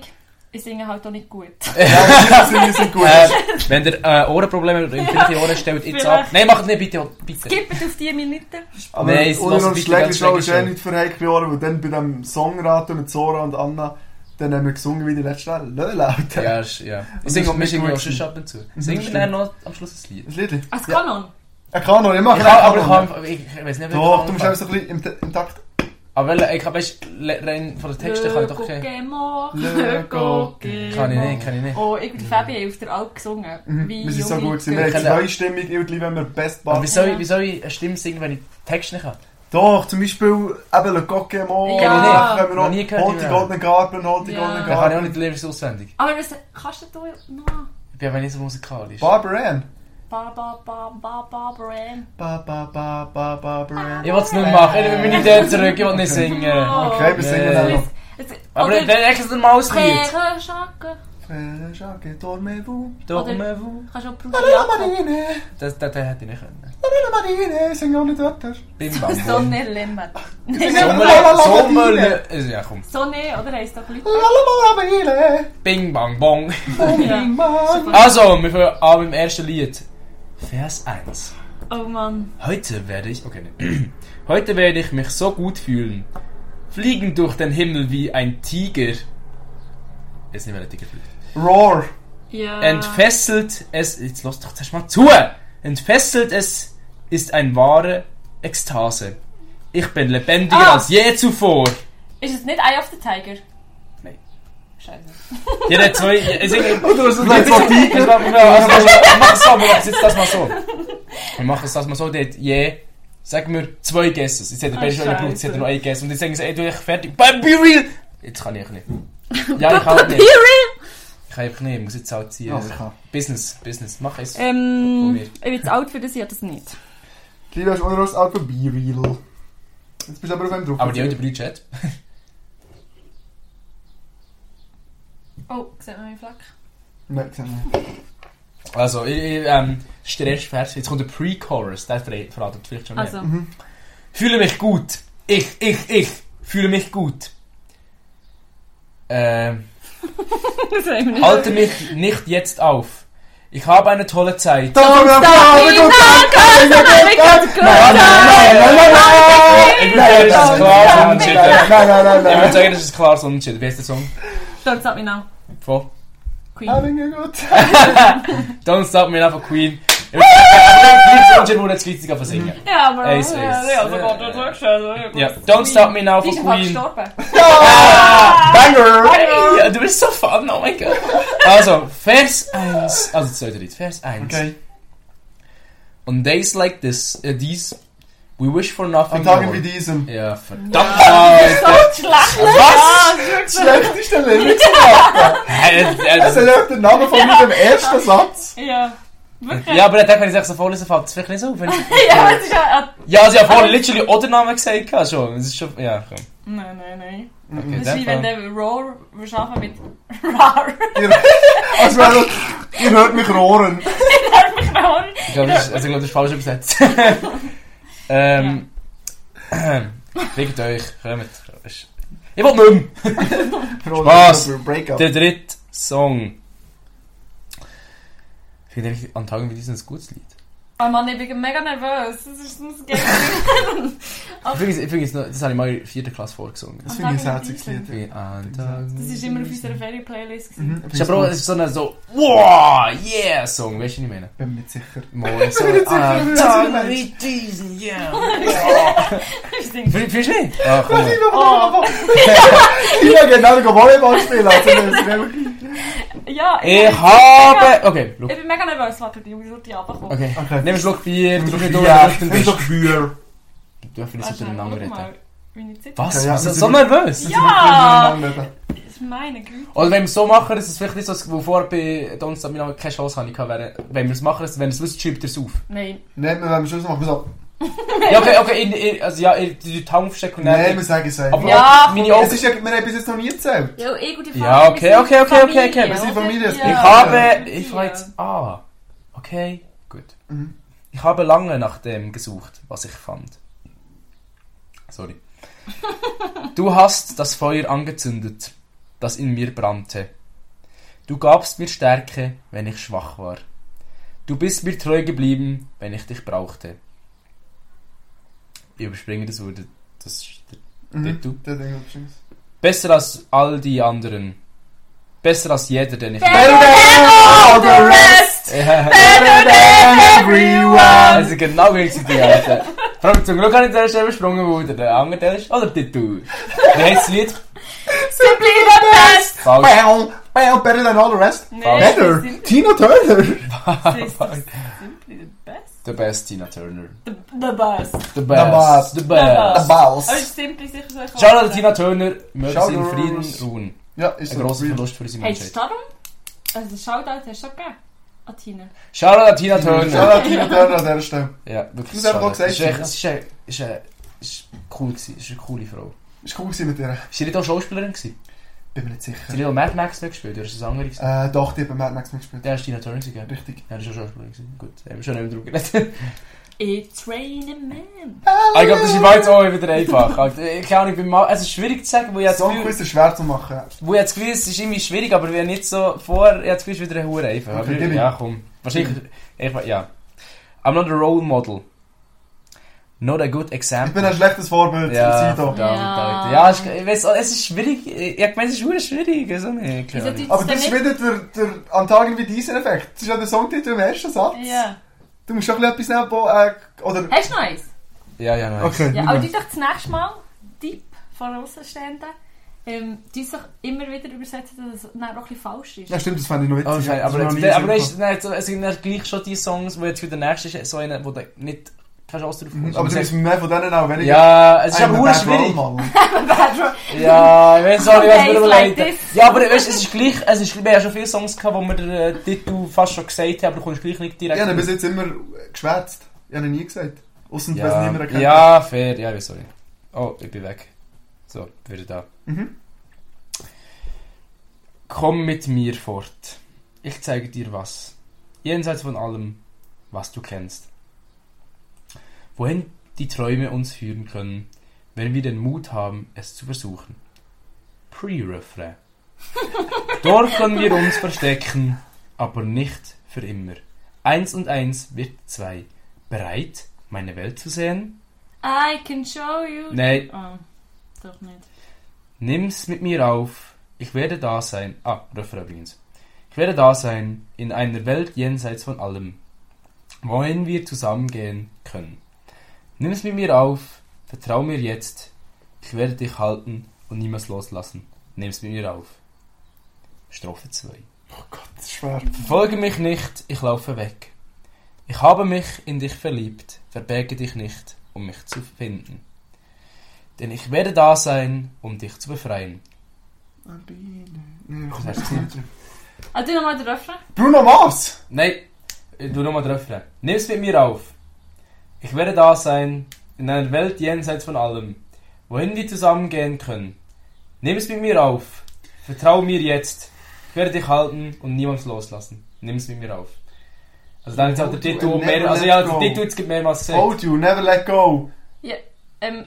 Speaker 1: ich singe halt auch nicht gut.
Speaker 3: Ja, die Lyrics sind gut.
Speaker 2: Äh, wenn ihr äh, Ohrenprobleme oder empfindliche Ohren stellt, jetzt ab.
Speaker 1: Vielleicht.
Speaker 2: Nein, macht nicht, bitte. bitte.
Speaker 1: Skippt auf die Minute.
Speaker 3: Aber
Speaker 2: Nein, es
Speaker 3: ohne
Speaker 2: lassen
Speaker 3: noch
Speaker 2: bitte
Speaker 3: Schläger
Speaker 2: ganz
Speaker 3: ist auch
Speaker 2: Schläger
Speaker 3: schön nicht verhängt worden, weil dann bei dem Songraten mit Zora und Anna, dann haben wir gesungen wie die letzte Löhlauten.
Speaker 2: Ja, ist, ja. Ich
Speaker 3: das
Speaker 2: singe
Speaker 3: ist
Speaker 2: auch
Speaker 3: nicht
Speaker 2: Mischung
Speaker 3: gut
Speaker 2: auch schon
Speaker 3: gewesen.
Speaker 2: ab und zu. Singen wir
Speaker 3: stimmt.
Speaker 2: dann noch am Schluss ein Lied.
Speaker 3: Das Liedli.
Speaker 1: Als
Speaker 3: Ja.
Speaker 1: Kanon.
Speaker 3: Ein Kanon, ah, ich mache
Speaker 2: Ich
Speaker 3: einen
Speaker 2: kann, aber ich
Speaker 3: Kanon.
Speaker 2: kann, ich, ich weiß nicht, ob ich
Speaker 3: Doch,
Speaker 2: kann.
Speaker 3: du musst einfach so ein bisschen im, T- im Takt.
Speaker 2: Aber weil, ich habe rein von den
Speaker 1: Äh,
Speaker 2: Texten kann ich doch kein...
Speaker 1: Pokémon,
Speaker 3: Le
Speaker 1: Pokémon.
Speaker 2: Kann ich nicht, kann ich nicht.
Speaker 1: Oh, ich und Fabi haben auf der Alp gesungen.
Speaker 3: Mhm.
Speaker 1: Wie
Speaker 3: Wir sind so
Speaker 1: junge
Speaker 3: gut gewesen. Wir haben
Speaker 2: Können-
Speaker 3: zweistimmig, irgendwie, wenn wir Best
Speaker 2: Aber
Speaker 3: Bar.
Speaker 2: wie soll, ich, wie soll ich eine Stimme singen, wenn ich den Text nicht habe?
Speaker 3: Doch, zum Beispiel eben Le Coquemont.
Speaker 1: Ja.
Speaker 3: Wenn wir
Speaker 2: Noch
Speaker 3: noch,
Speaker 2: nie gehört,
Speaker 3: Holt die
Speaker 2: ja.
Speaker 3: goldenen Garben, holt die
Speaker 1: Ja.
Speaker 3: goldenen
Speaker 2: Dann kann ich auch nicht
Speaker 3: Garben.
Speaker 2: die Lyrics auswendig.
Speaker 1: Aber was kannst du da noch?
Speaker 2: Ich bin aber nicht so musikalisch.
Speaker 3: Barbara Ann.
Speaker 1: Ba, ba, ba, ba, ba, Bran.
Speaker 3: Ba, ba, ba, ba, Barbara
Speaker 2: Ich
Speaker 3: Ann.
Speaker 2: will es nicht machen, ich will meine Idee zurück, ich will nicht singen.
Speaker 3: Okay, wir singen
Speaker 2: Nee.
Speaker 1: Also,
Speaker 3: dann noch.
Speaker 2: Äh, Aber dann extra mal ein Lied.
Speaker 1: Krähe, Schacke.
Speaker 3: Frère Jacques, dormez-vous?
Speaker 2: Doch,
Speaker 1: Oder-
Speaker 2: Mewu.
Speaker 1: Kannst du auch
Speaker 3: La
Speaker 1: Pruschiaco.
Speaker 3: Marine,
Speaker 2: Das, das, das hätte ich nicht können.
Speaker 3: la Marine, sing auch nicht weiter.
Speaker 2: Bim Bam. Bum.
Speaker 1: Sonne Lemmet.
Speaker 2: Sommer, Sommer, also, ja komm.
Speaker 1: Sonne, oder heisst doch Leute?
Speaker 3: La la Marine,
Speaker 2: Bing Bang Bong.
Speaker 1: Ja.
Speaker 3: bing bang.
Speaker 2: Also, wir fangen an mit dem ersten Lied. Vers 1.
Speaker 1: Oh Mann.
Speaker 2: Heute werde ich. Okay, ne. Heute werde ich mich so gut fühlen. Fliegen durch den Himmel wie ein Tiger. Jetzt nicht mehr ein Tiger fliegt.
Speaker 3: Roar.
Speaker 1: Ja.
Speaker 2: Entfesselt es. Jetzt lass doch zuerst mal zu! Entfesselt es ist eine wahre Ekstase. Ich bin lebendiger
Speaker 1: Ah.
Speaker 2: als je zuvor.
Speaker 1: Ist es nicht Eye of the Tiger?
Speaker 2: Nein.
Speaker 1: Scheiße.
Speaker 2: Jeder zwei. Ich singe.
Speaker 3: Oder hast du das so tief?
Speaker 2: Ich mach- ich mach es so, wir machen es jetzt das mal so. Wir machen es das mal so, dort je. Sag mir zwei Guesses. Jetzt hat er
Speaker 1: Ah,
Speaker 2: beide schon einen
Speaker 1: Scheiße.
Speaker 2: gebraucht, jetzt hat er nur einen Guess. Und jetzt sagen sie, ey, du, ich fertig. But be real! Jetzt kann ich nicht. Ja, ich kann nicht.
Speaker 1: Imperial!
Speaker 2: Ich kann einfach nicht, ich muss jetzt halt ziehen.
Speaker 3: Also, ich kann.
Speaker 2: Business, Business, mach es.
Speaker 1: Ähm,
Speaker 2: Probier.
Speaker 1: ich bin zu alt für das, ich habe das nicht.
Speaker 3: Lieber ist unruhig, aber be real. Jetzt bist du aber auf einem Druck.
Speaker 2: Aber die alte Brüder hat.
Speaker 1: Oh, sieht man meinen Fleck?
Speaker 3: Nein, gesehen nicht.
Speaker 2: Also, ich, ich, ähm, das ist der erste Vers. Jetzt kommt der Pre-Chorus, der verrät- verratet vielleicht schon mehr.
Speaker 1: Also,
Speaker 2: Fühle mich gut. Ich, ich, ich. Fühle mich gut. Ähm.
Speaker 1: das haben wir nicht.
Speaker 2: Halte mich nicht jetzt auf. Ich habe eine tolle Zeit.
Speaker 3: Don't stop me now, 'cause I'm a good
Speaker 2: Nein, nein, nein, nein, nein. Ich würde sagen, das ist klar so unentschieden.
Speaker 3: Nein, nein, nein,
Speaker 2: Ich würde
Speaker 3: nein.
Speaker 2: sagen, das ist klar so unentschieden. Wie heißt der Song?
Speaker 1: Don't stop me now.
Speaker 2: Von?
Speaker 1: Queen.
Speaker 3: Having a good time.
Speaker 2: Don't Stop Me Now von Queen. Ich würde sagen, Queen ist unentschieden, wurde jetzt gleichzeitig anfangen zu singen.
Speaker 1: Ja, aber...
Speaker 2: Ace, Ace.
Speaker 1: Ja, sogar du drückst also. ja,
Speaker 2: Ja,
Speaker 1: gut.
Speaker 2: Don't Stop Me Now
Speaker 1: Die ist
Speaker 2: von
Speaker 1: einfach
Speaker 2: Queen.
Speaker 1: gestorben.
Speaker 3: Ah! Banger!
Speaker 2: Hey, ja, du bist so fun, oh mein Gott. Also, Vers 1. Also, zweiter Lied, Vers 1.
Speaker 3: Okay.
Speaker 2: On days like this, äh, these, we wish for nothing
Speaker 3: An Tagen
Speaker 2: more.
Speaker 3: wie diesem.
Speaker 2: Ja, verdammt. Alter.
Speaker 1: So schlecht.
Speaker 2: Was?
Speaker 3: Schlechteste Lyrics.
Speaker 2: Hä, das-
Speaker 3: Das
Speaker 2: das-
Speaker 3: ist ja der Name von meinem ersten Satz.
Speaker 1: Ja. Wirklich?
Speaker 2: Ja, aber dann kann ich es echt so vorlesen, fällt es vielleicht nicht so auf. wenn ich-
Speaker 1: ja, aber es ist ja... ah,
Speaker 2: Ja, also ich habe vorhin literally oder Namen gesagt, gehabt schon. Es ist schon, ja, komm.
Speaker 1: Nein, nein, nein. Das
Speaker 2: Okay,
Speaker 1: ist
Speaker 2: dann
Speaker 1: wie wenn
Speaker 2: fang-
Speaker 1: der Roar arbeiten mit Rar.
Speaker 3: Ihr, also, wenn- ihr hört mich rohren.
Speaker 2: ich glaube, das, ist- also, ich glaube, das ist falsch übersetzt. ähm, Ehm, Fickt euch, kommt. Ich will nicht mehr. Spaß.
Speaker 3: Breakup.
Speaker 2: Der dritte Song. Ich finde eigentlich, an Tagen wie diesen ein gutes Lied.
Speaker 1: Oh Mann, ich bin mega nervös. Das ist ein Game.
Speaker 2: Übrigens, übrigens noch- das habe ich mal in der vierten Klasse vorgesungen.
Speaker 3: Das finde ich ein herziges Lied.
Speaker 2: Wie an Tagen-
Speaker 1: Das ist immer auf unserer Ferien-Playlist. gewesen.
Speaker 3: Mhm,
Speaker 2: Ist aber auch so ein so, wow, yeah Song, weißt du, was ich meine?
Speaker 3: Bin mir nicht sicher.
Speaker 2: Mal so,
Speaker 3: Ich bin nicht sicher,
Speaker 2: an
Speaker 3: wie das
Speaker 2: Tagen
Speaker 3: heißt.
Speaker 2: wie diesen, yeah. wow.
Speaker 1: Ich denke,
Speaker 2: Fühl- Fühlst du nicht? Ah, komm.
Speaker 1: Oh.
Speaker 3: Ich will gerne noch Volleyball spielen. Also, das ist einfach-
Speaker 1: Ja,
Speaker 2: Ich
Speaker 1: bin
Speaker 2: habe... Okay, schau.
Speaker 1: Mega, ich bin mega nervös, warte, die Jungs, die runterkommen.
Speaker 2: Okay.
Speaker 3: Okay.
Speaker 2: Nimm einen Schluck Bier, drück nicht
Speaker 3: Ja,
Speaker 2: durch,
Speaker 3: das ist doch Gebühr.
Speaker 2: Du darfst nicht so durcheinander reden.
Speaker 1: Was?
Speaker 2: Was?
Speaker 3: Ja, ja,
Speaker 2: so,
Speaker 3: wir
Speaker 2: so
Speaker 3: sind-
Speaker 2: nervös?
Speaker 1: Ja.
Speaker 3: Das ist wirklich miteinander.
Speaker 1: Das ist meine Güte.
Speaker 2: Oder wenn wir es so machen, dass es vielleicht nicht so, ist, wo vorher bei Don't Stop Me Now keine Chance hatte, wäre, wenn wir es machen, dass- wenn ihr es wisst, schreibt ihr es auf.
Speaker 1: Nein.
Speaker 3: Nein, wir werden Schluss machen. So.
Speaker 2: Ja, okay, okay, in, in, also ja, ihr die Taum verstecken und
Speaker 3: Nein, wir
Speaker 2: dann...
Speaker 3: sagen es einfach.
Speaker 2: Aber
Speaker 1: Ja,
Speaker 2: auch
Speaker 1: komm,
Speaker 2: meine
Speaker 3: Es
Speaker 2: Augen...
Speaker 3: ist ja, wir haben bis jetzt noch nie erzählt.
Speaker 1: Ja, eh gute Frage.
Speaker 2: Ja, okay,
Speaker 1: Wir
Speaker 2: okay,
Speaker 1: sind
Speaker 2: okay, okay, okay.
Speaker 1: Familie,
Speaker 2: Wir
Speaker 3: sind
Speaker 1: oder?
Speaker 3: Familie, es
Speaker 1: Ja.
Speaker 3: gibt-
Speaker 2: Ich habe... Ich habe jetzt... Ah, okay, gut.
Speaker 3: Mhm.
Speaker 2: Ich habe lange nach dem gesucht, was ich fand. Sorry. Du hast das Feuer angezündet, das in mir brannte. Du gabst mir Stärke, wenn ich schwach war. Du bist mir treu geblieben, wenn ich dich brauchte. Ich überspringe das Wort. Das ist
Speaker 3: Mhm.
Speaker 2: Du.
Speaker 3: Der Ding hat Schluss.
Speaker 2: besser als all die anderen. Besser als jeder, den ich...
Speaker 1: Better
Speaker 3: than all the
Speaker 1: rest! Better than everyone!
Speaker 2: Also genau wie ich sie die Alten. Vor allem zum Glück habe ich zuerst übersprungen, wo der- der andere Teil ist. Oder Titel. Wie heißt das Lied?
Speaker 1: Simply the best!
Speaker 2: Falsch.
Speaker 3: Bam, bam, better than all the rest.
Speaker 1: Nein,
Speaker 3: Better.
Speaker 1: sie sind-
Speaker 3: Tina Turner.
Speaker 1: sie ist doch Simply the best?
Speaker 2: The best, Tina Turner.
Speaker 1: The, the best.
Speaker 2: The best. The
Speaker 1: best.
Speaker 2: best.
Speaker 1: Aber
Speaker 3: Balls.
Speaker 1: ist simply sicher so.
Speaker 2: Schau an Tina Turner. Möge sie in
Speaker 3: Shoutouts.
Speaker 2: Frieden ruhen.
Speaker 3: Ja, ist
Speaker 2: Ein
Speaker 3: so.
Speaker 2: grosser Verlust für unsere
Speaker 1: Hast du es
Speaker 2: Menschheit.
Speaker 1: darum? Also, Shoutout hast du schon gegeben. An Tina.
Speaker 2: Schau an Tina Turner.
Speaker 3: Shoutout Tina Turner an dieser Stelle.
Speaker 2: Ja, wirklich.
Speaker 3: muss einfach
Speaker 2: schade.
Speaker 3: auch gesagt
Speaker 2: Es ist echt-
Speaker 3: sein,
Speaker 2: Es ist echt- es ist echt- es ist cool gewesen. Es ist eine coole Frau.
Speaker 3: Ist cool gewesen mit ihr.
Speaker 2: Ist sie nicht auch Schauspielerin gewesen?
Speaker 3: Bin mir nicht
Speaker 2: Hat sie
Speaker 3: sicher.
Speaker 2: nicht auch Mad Max mitgespielt? Oder ist das andere gewesen?
Speaker 3: Äh, doch, die hat bei Mad Max mitgespielt.
Speaker 2: Der ist Tina Turner gewesen, gell?
Speaker 3: Richtig.
Speaker 2: Ja, das ist auch Schauspielerin gewesen. Gut, haben wir schon nicht mehr drüber geredet.
Speaker 1: It's raining man.
Speaker 2: Ah, Ich glaube, das ist jetzt auch wieder einfach. Alter, Ich kann nicht, beim Ma- es ist schwierig zu sagen, wo ich das Gefühl,
Speaker 3: Songquiz ist schwer zu machen.
Speaker 2: wo ich das Gefühl, es ist irgendwie schwierig, aber wenn nicht so vor, ich habe das Gefühl, es ist wieder eine Hure einfach.
Speaker 3: Okay,
Speaker 2: Aber
Speaker 3: gib ihm.
Speaker 2: ja, komm. Wahrscheinlich, ich, ja. I'm not a role model. Not a good
Speaker 3: Ich bin
Speaker 2: example.
Speaker 3: ein schlechtes Vorbild.
Speaker 2: ja,
Speaker 3: Sido.
Speaker 2: verdammt,
Speaker 1: Ja.
Speaker 2: Alter. ja es, ich weiss, oh, es ist schwierig. Ich habe gemeint, es ist hure schwierig. Also, nee, keine
Speaker 1: Wieso
Speaker 2: Ahnung.
Speaker 1: tut
Speaker 3: Aber
Speaker 1: es
Speaker 3: das ist
Speaker 1: denn nicht?
Speaker 3: wieder der, der Antagen wie diesen Effekt. Das ist ja der Songtitel im ersten Satz.
Speaker 1: Ja.
Speaker 3: Du musst schon ein bisschen etwas nehmen, wo, äh, oder...
Speaker 1: Hast du noch eins?
Speaker 2: Ja, ja, nein.
Speaker 3: Okay,
Speaker 1: Ja, oh, aber du doch das nächste Mal, Tipp von Außenstehenden, ähm, du doch immer wieder übersetzen, dass es dann auch ein bisschen falsch ist.
Speaker 3: ja, stimmt, das fand ich noch witzig.
Speaker 2: Oh, scheiße,
Speaker 3: Das
Speaker 2: aber,
Speaker 3: ist mir noch
Speaker 2: jetzt,
Speaker 3: nie
Speaker 2: aber
Speaker 3: in
Speaker 2: es, nein, jetzt- es sind dann gleich schon die Songs, wo jetzt wieder der nächste ist, so einer, wo du nicht keine Chance drauf
Speaker 3: den
Speaker 2: kommst.
Speaker 3: Sinn kam. Mhm. Aber du bist mehr von denen auch weniger.
Speaker 2: Ja, es ist
Speaker 3: I'm
Speaker 2: aber
Speaker 3: a
Speaker 2: hure
Speaker 3: bad role
Speaker 2: schwierig.
Speaker 3: model.
Speaker 2: Ja, ich weiß sorry, was
Speaker 1: Days
Speaker 2: mir
Speaker 1: like
Speaker 2: überlegt.
Speaker 1: this.
Speaker 2: ja, aber weißt, es ist gleich, es ist, wir haben schon viele Songs gehabt, wo wir den äh, Titel fast schon gesagt haben, aber du kommst gleich nicht direkt.
Speaker 3: Ich habe bis jetzt immer äh, geschwärzt. Ich habe ihn nie gesagt. Außer dass
Speaker 2: ja,
Speaker 3: niemand erkennt.
Speaker 2: ja, fair, ja, ich weiß sorry. Oh, ich bin weg. So, ich bin wieder da.
Speaker 3: Mhm.
Speaker 2: Komm mit mir fort. Ich zeige dir was. Jenseits von allem, was du kennst. Wohin die Träume uns führen können, wenn wir den Mut haben, es zu versuchen. Pre-Refrain. Dort können wir uns verstecken, aber nicht für immer. Eins und eins wird zwei. Bereit, meine Welt zu sehen?
Speaker 1: I can show you.
Speaker 2: Nein,
Speaker 1: Oh, doch nicht.
Speaker 2: nimm's mit mir auf. Ich werde da sein. Ah, Refrain übrigens. Ich werde da sein, in einer Welt jenseits von allem, wohin wir zusammengehen können. Nimm's mit mir auf, vertrau mir jetzt. Ich werde dich halten und niemals loslassen. Nimm's mit mir auf. Strophe 2.
Speaker 3: Oh Gott, das ist schwer.
Speaker 2: Verfolge mich nicht, ich laufe weg. Ich habe mich in dich verliebt, verberge dich nicht, um mich zu finden. Denn ich werde da sein, um dich zu befreien.
Speaker 3: Albine. Nee, Mhm.
Speaker 2: Das heißt,
Speaker 1: Ah, Also, du nochmal den Refrain.
Speaker 3: Bruno Mars!
Speaker 2: Nein, äh, Ich tu nochmal den Refrain. Nimm's mit mir auf. Ich werde da sein, in einer Welt jenseits von allem, wohin wir zusammen gehen können. Nimm's mit mir auf. Vertrau mir jetzt. Ich werde dich halten und niemals loslassen. Nimm's mit mir auf. Also dann ist auch der
Speaker 3: Hold you
Speaker 2: Titel
Speaker 3: and
Speaker 2: mehr,
Speaker 3: never
Speaker 2: also
Speaker 3: let
Speaker 2: ja, der
Speaker 3: go.
Speaker 2: Titel jetzt gibt mehrmals gesagt.
Speaker 3: Hold you, never let go.
Speaker 1: Ja, ähm,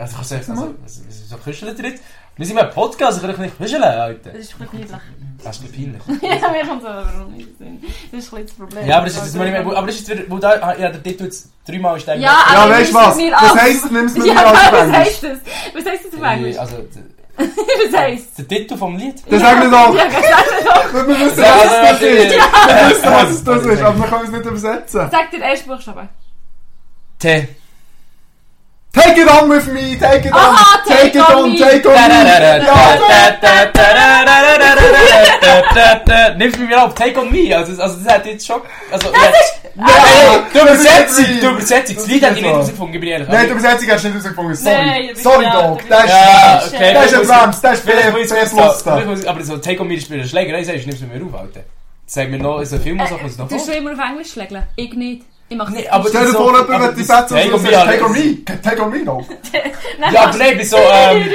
Speaker 2: Also kannst du echt, also, was- was- wieso kuschelt ihr jetzt? Wir sind beim Podcast, ich kann euch nicht kuscheln, Alter.
Speaker 1: das ist ein bisschen peinlich.
Speaker 2: Das ist mir peinlich.
Speaker 1: ja, mir kommt es aber auch nicht in den Sinn. Das ist ein bisschen das Problem.
Speaker 2: Ja, dus aber das ist jetzt mal nicht mehr, aber das ist jetzt wieder, wo da, ah, ja, der Titel jetzt dreimal ist dann-
Speaker 1: Ja,
Speaker 3: Ja,
Speaker 1: aber
Speaker 3: weißt du was?
Speaker 1: nimm's mit mir
Speaker 3: Das
Speaker 1: auf.
Speaker 3: heisst, nimm's mit
Speaker 1: Ja,
Speaker 3: mir auf
Speaker 1: was
Speaker 3: Englisch.
Speaker 1: heisst das? Was heisst das auf Englisch?
Speaker 2: Äh, Also, d-
Speaker 1: Was heisst
Speaker 2: der Titel vom Lied?
Speaker 3: Das sagen wir doch.
Speaker 1: Ja, sag mir doch.
Speaker 3: Wir wissen,
Speaker 2: Ja,
Speaker 3: dass es das
Speaker 2: also,
Speaker 3: ist.
Speaker 2: ja.
Speaker 3: Wir wissen, dass es das
Speaker 2: Also,
Speaker 3: ist, aber wir können es nicht übersetzen.
Speaker 1: Sag dir den ersten Buchstaben.
Speaker 2: T.
Speaker 3: Take it on with me, take it on.
Speaker 1: Aha, take
Speaker 3: it
Speaker 1: on
Speaker 3: on,
Speaker 1: me.
Speaker 3: take on me. Ja,
Speaker 2: Nimm's mit mir auf, take on me. Also, also das hat jetzt schon. Also, ja.
Speaker 3: ja.
Speaker 2: Du Übersetzung, du Übersetzung. Das
Speaker 3: Das
Speaker 2: Lied
Speaker 3: ist
Speaker 2: hat ich
Speaker 3: so.
Speaker 2: nicht rausgefunden, bin ich ehrlich.
Speaker 3: Nein, die Übersetzung hast du nicht rausgefunden.
Speaker 1: Nee,
Speaker 3: Sorry.
Speaker 1: je bent-
Speaker 3: Sorry,
Speaker 1: ja,
Speaker 3: Dog.
Speaker 1: je
Speaker 3: Das
Speaker 1: bent-
Speaker 2: Ja,
Speaker 3: ist.
Speaker 1: Das ist-
Speaker 2: okay.
Speaker 3: Das ist ein
Speaker 2: vielleicht muss
Speaker 3: Bremse, das ist
Speaker 2: ich- vielleicht muss ich-
Speaker 3: viel
Speaker 2: vielleicht
Speaker 3: Plus da.
Speaker 2: muss ich- Aber so, take on me ist wieder ein Schläger. Nein, sagst du, nimm's mit mir auf, Alter. Sag mir noch, ist ein Film,
Speaker 1: Äh,
Speaker 2: so kannst du noch
Speaker 1: du hast
Speaker 2: vor.
Speaker 1: immer auf Englisch schlägeln. Ich nicht. Ich mach's
Speaker 2: Nee, ah,
Speaker 1: nicht.
Speaker 2: aber-
Speaker 3: Stell dir vor,
Speaker 2: so-
Speaker 3: jemand
Speaker 2: aber
Speaker 3: wird die
Speaker 2: das-
Speaker 3: Sätze
Speaker 2: take on
Speaker 3: und
Speaker 2: me,
Speaker 3: sagt, take on
Speaker 2: alles.
Speaker 3: me. Take on me, Dog.
Speaker 1: Nein,
Speaker 2: Ja,
Speaker 1: mach's
Speaker 2: aber eben so,
Speaker 1: nicht.
Speaker 2: ähm,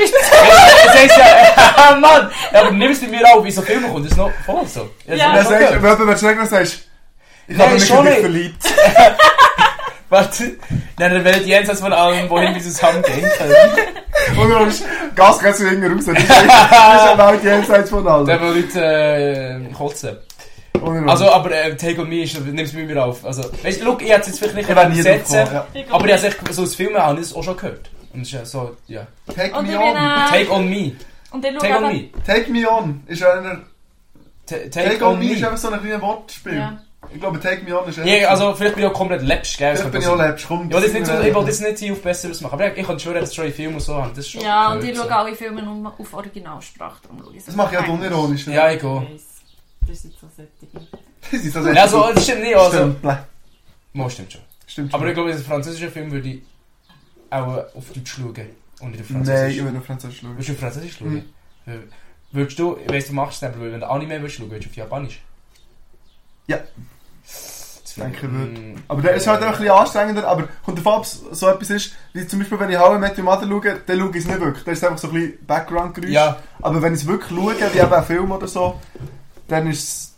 Speaker 2: Das heißt ja, Mann, ja, aber nimm's mit mir auf, wie so Filme kommt, das ist noch voll so.
Speaker 1: Ja.
Speaker 2: Das hab
Speaker 3: Dann
Speaker 2: ich noch
Speaker 3: sagst du,
Speaker 2: gehört.
Speaker 3: wenn jemand schlägt, sagst du, ich
Speaker 2: Nein,
Speaker 3: habe mich
Speaker 2: schon
Speaker 3: in dich
Speaker 2: nicht.
Speaker 3: verliebt.
Speaker 2: Warte, in einer Welt jenseits von allem, wohin wir zusammen gehen
Speaker 3: also.
Speaker 2: können.
Speaker 3: Und dann hast du Gas kannst du hinten raus. Das ist eine Welt jenseits von
Speaker 2: Da
Speaker 3: allem.
Speaker 2: wollen Leute äh, kotzen.
Speaker 3: Und dann-
Speaker 2: Also, aber äh, Take on Me ist, nimm's mit mir auf. Also, weißt du, look, ich hätte jetzt vielleicht nicht
Speaker 3: ich werde nie
Speaker 2: übersetzen,
Speaker 3: drauf kommen,
Speaker 1: Ich glaub
Speaker 2: aber ich
Speaker 1: nicht.
Speaker 2: habe echt so aus Filmen habe ich das auch schon gehört. Und es ist ja so, ja.
Speaker 3: ja. Take
Speaker 1: Und ich
Speaker 3: me
Speaker 1: bin,
Speaker 3: on.
Speaker 1: äh,
Speaker 2: Take on me.
Speaker 1: Und dann schau
Speaker 2: Take on
Speaker 1: eben-
Speaker 2: me.
Speaker 3: Take me on. Ist einer.
Speaker 2: Ta-
Speaker 3: Take on me ist einfach so ein kleines Wortspiel.
Speaker 1: Ja.
Speaker 3: Ich glaube, Take me on ist
Speaker 2: Ja, also, vielleicht bin ich auch komplett läppisch, gell?
Speaker 3: Ich bin ja läppsch, komm.
Speaker 2: Ja, das ist nicht so, ich
Speaker 3: Ja.
Speaker 2: wollte jetzt nicht hier auf Besseres machen, aber ich kann schwören, dass schon in Filmen und so haben. Das ist schon
Speaker 1: Ja, und ich
Speaker 2: gehört,
Speaker 1: schaue
Speaker 2: so.
Speaker 1: alle Filme nur auf Originalsprache. Darum schaue ich
Speaker 3: Das mache ich halt unironisch. ne?
Speaker 2: Ja, ich gehe.
Speaker 1: Das ist so sättig.
Speaker 3: Das ist das
Speaker 2: Ja, so, das stimmt nicht. Also,
Speaker 3: Stimmt, nein.
Speaker 2: Mo stimmt schon.
Speaker 3: Stimmt.
Speaker 2: Aber ich glaube, in einem französischen Film würde ich auch auf Deutsch schauen. Und in
Speaker 3: Nein,
Speaker 2: Französisch.
Speaker 3: ich Hm. würde auf Französisch schauen.
Speaker 2: Würdest du auf Französisch schauen? Äh, Würdest du, ich weiss, du machst es nicht, aber wenn du Anime würdest schauen, würdest du auf Japanisch?
Speaker 3: Ja.
Speaker 2: Das Hm.
Speaker 3: Denke,
Speaker 2: würde.
Speaker 3: Aber der ist halt auch ein bisschen anstrengender, aber kommt davon, ob es so etwas ist, wie zum Beispiel, wenn ich How I Met Your Mother schaue, dann schaue ich es nicht wirklich. Da ist einfach so ein bisschen Background-Geräusch.
Speaker 2: Ja.
Speaker 3: Aber wenn ich es wirklich schaue, wie eben ein Film oder so, dann ist es-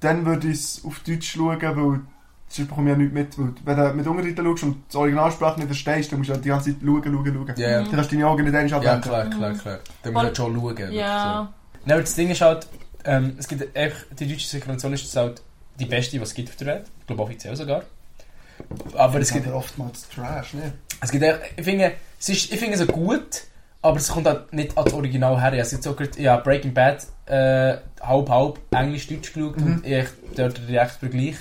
Speaker 3: dann würde ich es auf Deutsch schauen, weil sonst bekomme ich ja nichts mit. Weil wenn du mit Untertiteln schaust und die Originalsprache nicht verstehst, dann musst du halt die ganze Zeit schauen, schauen, schauen.
Speaker 2: Ja, ja.
Speaker 3: Dann kannst du deine Augen nicht einmal
Speaker 2: Ja,
Speaker 3: abwenden.
Speaker 2: klar, klar, klar. Dann musst du halt schon schauen. wirklich, so.
Speaker 1: Ja.
Speaker 2: Nein, aber das Ding ist halt, ähm, es gibt echt, die deutsche Synchronisation ist halt die beste, was es gibt auf der Welt. Ich glaube offiziell sogar. Aber es gibt,
Speaker 3: oftmals Trash, ne?
Speaker 2: es gibt echt, ich finde, es ist, ich finde es gut, aber es kommt halt nicht ans Original her. Ich habe jetzt auch gerade, ja, Breaking Bad äh, halb halb Englisch-Deutsch geschaut
Speaker 3: Mhm.
Speaker 2: und ich dort direkt Vergleich.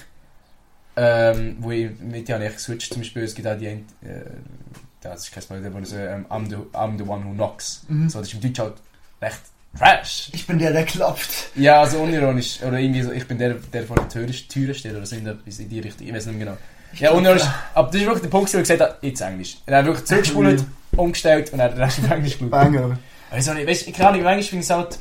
Speaker 2: Ähm, wo ich mit ja nicht geswitcht zum Beispiel, es gibt auch die, ein- äh, das ist kein Spoiler, wo ich so, ähm, I'm, the, I'm the one who knocks.
Speaker 3: Mhm.
Speaker 2: So, das ist im Deutsch halt recht trash.
Speaker 3: Ich bin der, der klappt.
Speaker 2: Ja, also unironisch. Oder irgendwie so, ich bin der, der vor der Tür, Türe steht oder so in, der, in die Richtung. Ich weiß nicht mehr genau. Ja, unironisch. Aber das ist wirklich der Punkt, wo ich gesagt habe, jetzt Englisch. Und er hat wirklich zurückgespult, umgestellt und er hat den Rest auf Englisch geschaut.
Speaker 3: Banger.
Speaker 2: Wieso nicht? Weißt du, keine Ahnung, im Englisch finde ich es halt.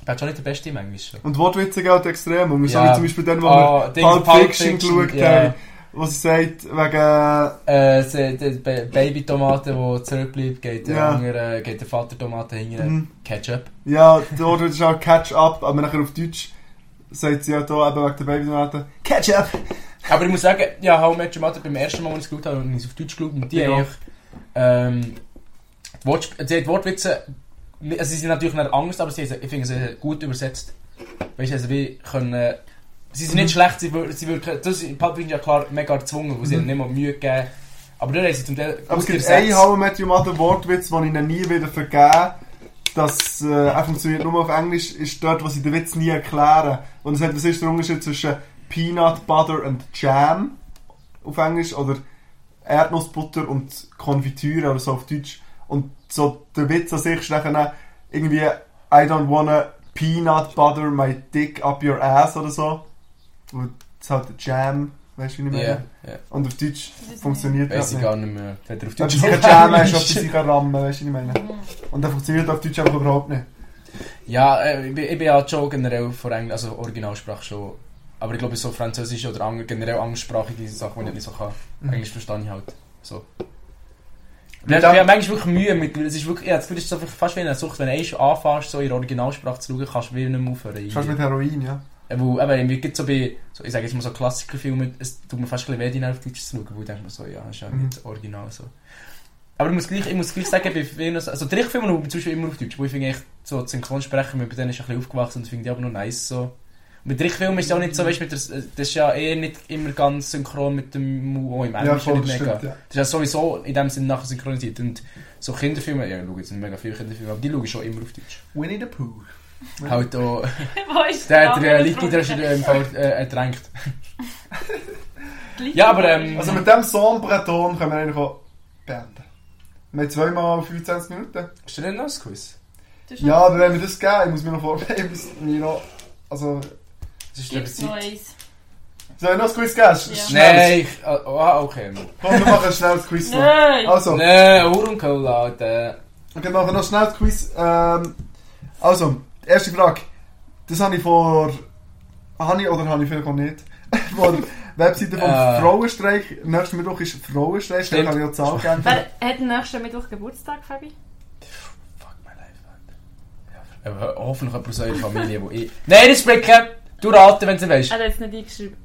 Speaker 2: Ich bin schon nicht der Beste im Englisch. So.
Speaker 3: Und Wortwitze gehen halt extrem. Und wir
Speaker 2: Ja.
Speaker 3: ja. zum Beispiel dann, wo
Speaker 2: Ah,
Speaker 3: wir
Speaker 2: Ding,
Speaker 3: Pulp
Speaker 2: Pulp
Speaker 3: Fiction
Speaker 2: Fiction,
Speaker 3: geschaut
Speaker 2: ja.
Speaker 3: haben, wo sie sagt, wegen...
Speaker 2: Äh, se- die Ba- Baby-Tomate, die zurückbleibt, geht der,
Speaker 3: Ja.
Speaker 2: andere, geht der Vater-Tomate hinterher.
Speaker 3: Mhm.
Speaker 2: Ketchup.
Speaker 3: Ja, der Wortwitz ist auch Catch-up, aber nachher auf Deutsch sagt sie ja da eben wegen der Babydonaten Catch-up!
Speaker 2: Aber ich muss sagen, ja, How I Met Your Mother beim ersten Mal, als ich es geschaut habe, habe ich es auf Deutsch geschaut und die
Speaker 3: Ja.
Speaker 2: eigentlich, ähm, die, Wortsp die, die Wortwitze, also sie sind natürlich nicht anders, aber sie, ich finde sie gut übersetzt. Weißt du, also wie können, sie
Speaker 3: Mhm.
Speaker 2: sind nicht schlecht, sie, wir- sie wirken, das ist in Pulp Fiction ja klar mega gezwungen, weil sie
Speaker 3: Mhm.
Speaker 2: haben nicht mal Mühe gegeben. Aber da haben sie zum Teil
Speaker 3: Aber
Speaker 2: gut
Speaker 3: es gibt
Speaker 2: übersetzt.
Speaker 3: einen How I Met Your Mother Wortwitz, den ich ihnen nie wieder vergebe. Das äh, er funktioniert nur auf Englisch, ist dort, wo sie den Witz nie erklären. Und es hat, was ist der Unterschied zwischen Peanut Butter und Jam auf Englisch oder Erdnussbutter und Konfitüre oder so auf Deutsch. Und so der Witz an sich ist nachher irgendwie I don't wanna peanut butter my dick up your ass oder so. Und es ist halt der Jam, weißt du, wie ich
Speaker 2: Ja,
Speaker 3: meine?
Speaker 2: ja. Yeah.
Speaker 3: Und auf Deutsch
Speaker 1: Das ist
Speaker 3: funktioniert
Speaker 2: Weiß ich
Speaker 3: nicht.
Speaker 2: gar nicht mehr. Wenn er auf
Speaker 3: Ob
Speaker 2: Deutsch
Speaker 3: sie sich
Speaker 2: schaut,
Speaker 3: jammen, ist, ob
Speaker 2: ist-
Speaker 3: sie sich rammen, weißt du, was ich meine. Und das funktioniert auf Deutsch einfach überhaupt nicht.
Speaker 2: Ja, äh, ich, bin, ich bin ja schon generell von Englisch, also Originalsprache schon. Aber ich glaube, so Französisch oder andere, generell anderssprachige Sachen, die ich nicht so kann.
Speaker 3: Mhm.
Speaker 2: Englisch verstehe ich halt. So. Ich
Speaker 3: Mit
Speaker 2: habe ich
Speaker 3: dem-
Speaker 2: habe manchmal wirklich Mühe mit, weil es ist wirklich, ja, das Gefühl, es ist so fast wie eine Sucht. Wenn du einmal anfängst, so in der Originalsprache zu schauen, kannst du wieder nicht mehr aufhören.
Speaker 3: Ist fast
Speaker 2: irgendwie.
Speaker 3: mit Heroin, ja.
Speaker 2: Äh, Weil, aber irgendwie gibt so bei, so, ich sage jetzt mal so Klassikerfilme, es tut mir fast ein bisschen weh, die dann auf Deutsch zu schauen, weil ich denke mir so, ja, das ist ja nicht
Speaker 3: Mhm.
Speaker 2: original so. Aber ich muss gleich, ich muss gleich sagen, bei vielen, also die Trickfilme schaue ich zum Beispiel immer auf Deutsch, wo ich finde echt, so die Synchronsprecher, mit denen ist ein bisschen aufgewachsen und finde die aber noch nice so. Und bei Trickfilmen ist es auch nicht
Speaker 3: Mhm.
Speaker 2: so, weißt du, mit der- äh, das ist ja eher nicht immer ganz synchron mit dem, oh, im
Speaker 3: ja,
Speaker 2: Englischen
Speaker 3: voll,
Speaker 2: nicht
Speaker 3: das
Speaker 2: mega.
Speaker 3: stimmt, ja.
Speaker 2: Das ist ja sowieso in dem Sinne nachher synchronisiert. Und so Kinderfilme, ja, ich schaue jetzt nicht mega viele Kinderfilme, aber die schaue ich schon immer auf Deutsch.
Speaker 3: Winnie the Pooh.
Speaker 2: Halt auch,
Speaker 1: Wo ist
Speaker 2: der hat
Speaker 1: Name
Speaker 2: der Licky,
Speaker 1: drunter?
Speaker 2: der ist äh, im Fall äh, ertränkt.
Speaker 1: Die Licky-
Speaker 2: Ja, aber, ähm,
Speaker 3: Also mit dem Sombre-Ton können wir eigentlich auch beenden. Wir haben zweimal 25 Minuten.
Speaker 2: Ist denn noch ein Quiz?
Speaker 1: Das ist
Speaker 3: Ja, aber wenn wir das geben, ich muss mir noch vorbereiten, bis wir noch... Also,
Speaker 2: Das ist
Speaker 1: Gibt's noch eins?
Speaker 3: soll ich noch ein Quiz geben? Sch-
Speaker 1: Ja.
Speaker 3: Schnell.
Speaker 2: Nein, ich- ah, ah, okay.
Speaker 3: Komm, wir machen schnell das Quiz noch.
Speaker 1: Nein!
Speaker 3: Also,
Speaker 2: Nein, Hurenkohl, Alter.
Speaker 3: wir machen noch schnell das Quiz. Ähm, also, erste Frage. Das habe ich vor... Habe ich oder habe ich vielleicht auch nicht? Von der Webseite vom
Speaker 2: Äh.
Speaker 3: Frauenstreik. Nächsten Mittwoch ist Frauenstreik, da
Speaker 2: Stimmt.
Speaker 3: kann ich auch die Zahl geben.
Speaker 1: Wer hat nächsten Mittwoch Geburtstag, Fabi?
Speaker 2: Fuck my life, Alter. Ja, ho- hoffentlich jemand aus eurer Familie, eh. wo ich... Nein, das bringt kein... Du raten, wenn du weißt.
Speaker 1: Er hat es nicht eingeschrieben.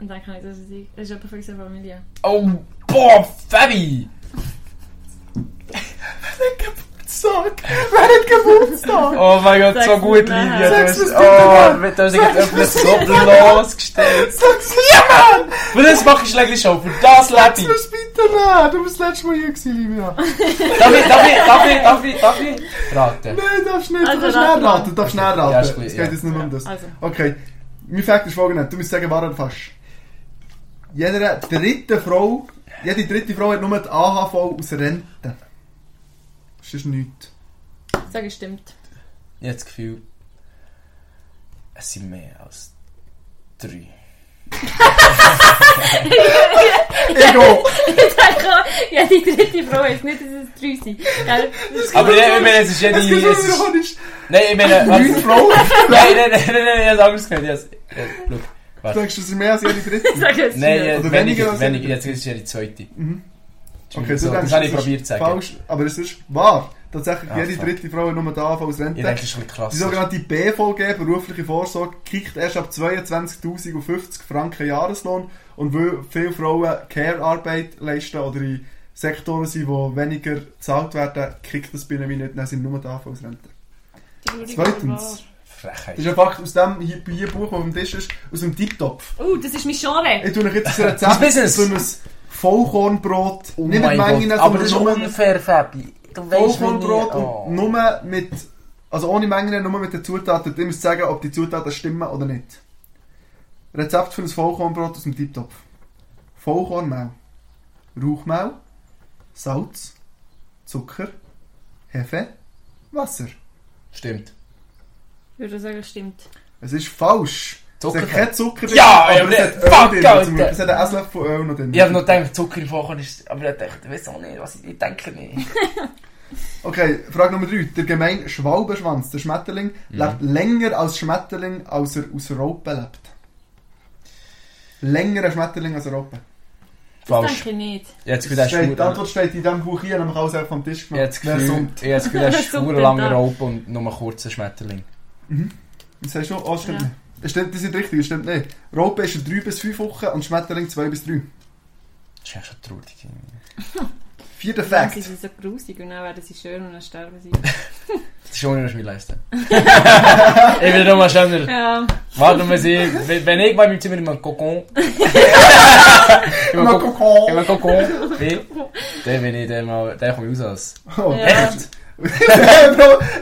Speaker 1: Und dann kann ich das nicht. Das ist jemand von unserer Familie.
Speaker 2: Oh, boah, Fabi!
Speaker 3: Geburtstag! Wer hat Geburtstag?
Speaker 2: Oh mein Gott,
Speaker 1: Sag's
Speaker 2: so
Speaker 1: nicht
Speaker 2: gut,
Speaker 1: nachher.
Speaker 2: Livia. Du
Speaker 3: Sag's
Speaker 2: hast,
Speaker 3: uns
Speaker 2: oh,
Speaker 3: bitte
Speaker 2: du hast dich jetzt öfters
Speaker 3: Sag's uns
Speaker 2: so losgestellt.
Speaker 3: Sag's mir jemand!
Speaker 2: Für das mache ich schläglich schon, für das
Speaker 3: Sag's
Speaker 2: lebe ich.
Speaker 3: mir's bitte nicht! Du bist letztes Mal hier gewesen, Livia.
Speaker 2: Darf ich, darf ich, darf ich, darf ich, darf ich? Raten.
Speaker 3: Nein, darfst nicht,
Speaker 1: Also,
Speaker 3: du kannst
Speaker 1: rate
Speaker 3: nicht
Speaker 1: mal.
Speaker 3: raten, du darfst nicht raten.
Speaker 2: Ja,
Speaker 3: es
Speaker 2: ist
Speaker 3: geht
Speaker 2: gut, ja.
Speaker 3: jetzt nicht um das.
Speaker 1: Also,
Speaker 3: Okay, mein Fakt ist folgendes, du musst sagen, wahr oder falsch. Jeder dritte Frau, jede dritte Frau hat nur die AHV aus Rente. Das ist nichts.
Speaker 1: sag ich stimmt.
Speaker 2: Ich habe das Gefühl, es sind mehr als drei.
Speaker 3: Ego!
Speaker 1: Ich denke, ja, die dritte Frau ist nicht, dass es drei sind. Gell?
Speaker 2: Aber ich, ich meine, es ist ja
Speaker 3: Es
Speaker 2: die...
Speaker 3: gibt
Speaker 2: Es ist,
Speaker 3: schon nicht.
Speaker 2: nein, ich meine...
Speaker 3: Neun
Speaker 2: Was,
Speaker 3: Frauen?
Speaker 2: nein, nein, nein, nein, nein, ich habe Angst gehört. Ich hab's- ja, schau.
Speaker 3: Du sagst, es sind mehr als jede dritte.
Speaker 1: Sag jetzt
Speaker 2: Nein,
Speaker 1: nicht.
Speaker 2: ja,
Speaker 3: Oder weniger
Speaker 2: weniger,
Speaker 3: als-
Speaker 2: weniger. Jetzt ist es ja die zweite.
Speaker 3: Mhm.
Speaker 2: Okay, so, das
Speaker 3: denkst,
Speaker 2: habe ich
Speaker 3: es ist
Speaker 2: probiert zu sagen.
Speaker 3: Falsch, aber es ist wahr. Tatsächlich,
Speaker 2: Ah,
Speaker 3: jede
Speaker 2: fuck.
Speaker 3: dritte Frau hat nur die AHV aus Rente.
Speaker 2: Ich denke, das ist ein bisschen
Speaker 3: Die
Speaker 2: krass.
Speaker 3: sogenannte BVG, berufliche Vorsorge, kriegt erst ab 22.050 Franken Jahreslohn und weil viele Frauen Care-Arbeit leisten oder in Sektoren sind, die weniger bezahlt werden, kriegt das bei ihnen wie nicht, dann sind nur die AV-Rente.
Speaker 1: Die
Speaker 3: Zweitens. Das
Speaker 2: Frechheit.
Speaker 3: ist ein Fakt aus dem hier, hier Buch, das auf dem Tisch ist, aus dem Tiptopf.
Speaker 1: Oh, das ist mein Genre.
Speaker 3: Ich tue euch jetzt ein
Speaker 2: Das
Speaker 3: Rezept
Speaker 2: Business.
Speaker 3: zu einem Vollkornbrot,
Speaker 2: Oh
Speaker 3: nicht mit
Speaker 2: mein
Speaker 3: Mengen,
Speaker 2: Gott, aber das ist
Speaker 3: nur
Speaker 2: unfair, Fabi. Du weißt, wie
Speaker 3: Vollkornbrot
Speaker 2: ich-
Speaker 3: und
Speaker 2: oh.
Speaker 3: nur mit, also ohne Mengen, nur mit den Zutaten. Ihr müsst sagen, ob die Zutaten stimmen oder nicht. Rezept für ein Vollkornbrot aus dem Tiptopf. Vollkornmehl, Rauchmehl, Salz, Zucker, Hefe, Wasser.
Speaker 2: Stimmt.
Speaker 1: Ich würde sagen, stimmt.
Speaker 3: Es ist falsch.
Speaker 2: Zucker.
Speaker 3: Es hat kein Zucker drin,
Speaker 2: Ja,
Speaker 3: aber
Speaker 2: aber
Speaker 3: es
Speaker 2: der-
Speaker 3: hat Öl
Speaker 2: fuck,
Speaker 3: drin. zum
Speaker 2: Alter.
Speaker 3: Beispiel. Es hat einen Esslöffel Öl noch drin.
Speaker 2: Ich habe noch gedacht, Zucker im Vorkochen ist... Aber ich dachte, ich weiß auch nicht, was ich, ich denke nicht.
Speaker 3: Okay, Frage Nummer 3. Der gemeine Schwalbenschwanz, der Schmetterling,
Speaker 2: Mhm.
Speaker 3: lebt länger als Schmetterling, als er aus Raupen lebt. Länger ein Schmetterling als Raupen.
Speaker 1: Das
Speaker 2: Falsch.
Speaker 1: denke ich nicht.
Speaker 2: Jetzt wird
Speaker 3: Das
Speaker 2: das
Speaker 3: steht- Die
Speaker 2: Schwur...
Speaker 3: Antwort steht in diesem Buch hier, nämlich alles einfach vom Tisch gemacht.
Speaker 2: Jetzt Gefühl,
Speaker 3: summt?
Speaker 2: ich habe das Gefühl, er ist
Speaker 1: Wer summt
Speaker 2: schwur
Speaker 1: denn
Speaker 2: lange
Speaker 1: da?
Speaker 2: Raupe und nur ein kurzer Schmetterling.
Speaker 3: Das heißt schon, oh, das stimmt
Speaker 1: Ja.
Speaker 3: nicht. Das stimmt, das ist richtig, das stimmt nicht. Raupen ist 3 bis 5 Wochen und Schmetterling 2 bis 3.
Speaker 2: Das ist echt schon traurig.
Speaker 3: Vierter
Speaker 1: Dann
Speaker 3: Fact.
Speaker 1: sind sie so grusig und dann werden sie schön und dann sterben sie.
Speaker 2: Das ist ohne, dass ich mich leisten Ich bin nochmal schöner.
Speaker 1: ja.
Speaker 2: Warte mal, sehen. wenn wenn ich bei meinem Zimmer in meinem Kokon... in meinem
Speaker 3: Mal
Speaker 2: Kokon... In
Speaker 3: gucken.
Speaker 2: meinem Kokon bin, dann bin ich dann mal... Dann komme ich raus als...
Speaker 3: Oh,
Speaker 1: Ja.
Speaker 2: Echt?
Speaker 3: Bro,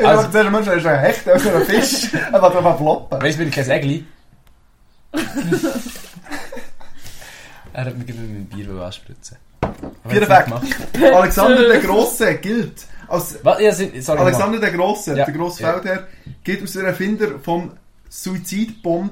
Speaker 3: Ich
Speaker 2: Also-
Speaker 3: dachte, zuerst Mensch, er ist ein Hecht, er ist ein Fisch, er wird einfach floppen.
Speaker 2: Weißt du, bin ich kein Egli? er hat mir gerade mit dem Bier anspritzen.
Speaker 3: Vierter Fact. Alexander der Große gilt als
Speaker 2: Was? Ja, sorry, Alexander.
Speaker 3: Alexander der Große,
Speaker 2: Ja.
Speaker 3: der große Feldherr, gilt als der Erfinder vom Suizidbomben,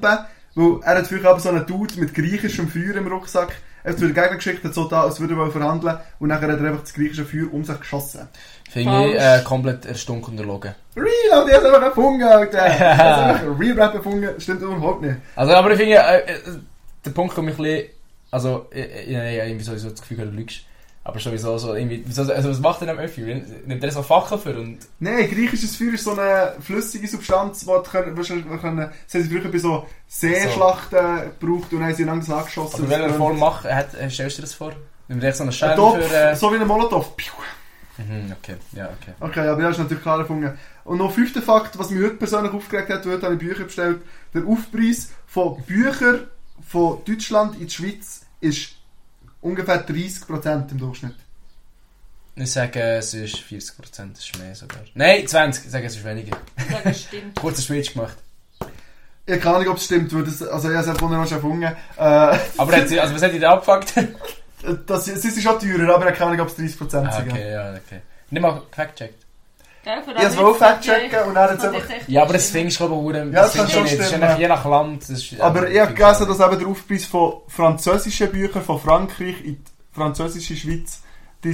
Speaker 3: weil er hat früher aber so einen Dude mit griechischem Feuer im Rucksack Es wird Gegner geschickt, hat so da, als würde er verhandeln und nachher hat er einfach das griechische Feuer um sich geschossen.
Speaker 2: Finde ich äh, komplett erstunken und erlogen.
Speaker 3: Real, der ist einfach erfunden, Alter! Er ist einfach Real Rap erfunden, stimmt überhaupt nicht.
Speaker 2: Also, aber ich finde, äh, äh, der Punkt kommt mich ein bisschen. Also, ich, ich, ich, ich irgendwie sowieso das Gefühl, du lügst. Aber sowieso so, irgendwie. wieso- Also, was macht er denn am Öffi? äh, Nimmt er so Fackel für und.
Speaker 3: Nein, griechisches Feuer ist so eine flüssige Substanz, die können, wahrscheinlich- wir können, das haben sie früher bei so Seeschlachten gebraucht und haben sie lange angeschossen.
Speaker 2: Also, in Also. welcher Form macht, hat, äh, stellst du dir das vor? Nimmt er echt so eine
Speaker 3: Ein
Speaker 2: Scheibe
Speaker 3: Topf,
Speaker 2: für. Äh,
Speaker 3: so wie ein Molotow. Piu.
Speaker 2: mhm, okay, ja, okay.
Speaker 3: Okay, aber das ist natürlich klar erfunden. Und noch fünfter Fakt, was mich heute persönlich aufgeregt hat, heute habe ich Bücher bestellt. Der Aufpreis von Büchern von Deutschland in die Schweiz ist ungefähr 30% im Durchschnitt.
Speaker 2: Ich sage, äh, es ist 40%, es ist mehr sogar. Nein, 20, ich sage, es ist weniger.
Speaker 1: Das stimmt.
Speaker 2: Kurzer Schwitz gemacht.
Speaker 3: Ich habe keine Ahnung, ob es stimmt, weil das, also ich habe es einfach nur noch schon erfunden. Äh,
Speaker 2: Aber hat sie, also was hat ihr da abgefuckt?
Speaker 3: das, es ist schon teurer, aber ich habe keine Ahnung, ob es 30% sind.
Speaker 2: ah, okay, ja, okay. Nicht mal fact-checkt.
Speaker 1: Gell, für
Speaker 3: Ich hab's
Speaker 1: alle
Speaker 3: wohl
Speaker 1: jetzt sagt
Speaker 3: fact-checken
Speaker 1: ihr,
Speaker 3: und er hat's
Speaker 1: das
Speaker 3: einfach-
Speaker 1: hat echt
Speaker 2: Ja, aber das
Speaker 1: stimmt.
Speaker 2: findest du aber verdammt-
Speaker 3: Ja, das
Speaker 2: findest
Speaker 3: kann
Speaker 2: du
Speaker 3: schon
Speaker 2: nicht. Das ist
Speaker 3: stimmen,
Speaker 2: ja nach-
Speaker 3: ja.
Speaker 2: je nach Land. Das ist,
Speaker 3: Aber ich habe
Speaker 2: find's
Speaker 3: gelesen, dass eben der Aufpreis von französischen Büchern von Frankreich in die französische Schweiz 30%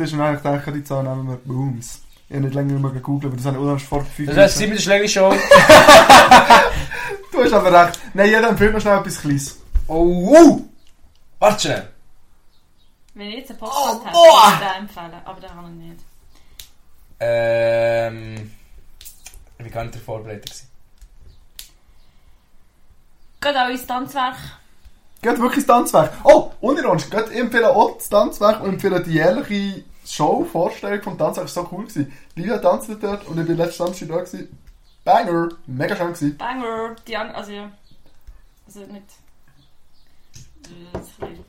Speaker 3: ist. Und dann habe ich gedacht, die Zahl nehmen wir. Booms. Ich habe nicht länger mehr gegoogelt, aber das habe ich unheimlich vor fünf
Speaker 2: Das heißt,
Speaker 3: Minuten-
Speaker 2: sieben Schläge schon.
Speaker 3: Du hast aber recht. Nein, jeder empfiehlt mir schnell etwas Kleines.
Speaker 2: Oh, wow! Warte schnell.
Speaker 1: Wenn ich jetzt einen
Speaker 2: Oh,
Speaker 1: Podcast hätte,
Speaker 2: boah!
Speaker 1: würde ich den empfehlen. Aber den habe ich nicht.
Speaker 2: Ähm. Ich war gar nicht der Vorbereiter. gewesen.
Speaker 1: Geht auch ins Tanzwerk.
Speaker 3: Geht wirklich das Tanzwerk. Oh, unironisch. Geht ich empfehle auch das Tanzwerk und empfehle die jährliche Show, Vorstellung vom Tanzwerk. Das war so cool. Gewesen. Lila tanzt dort und ich bin letzten Samstag da. Gewesen. Banger. Mega schön gewesen.
Speaker 1: Banger, die an... Also ja. Also nicht... Das ist ein bisschen-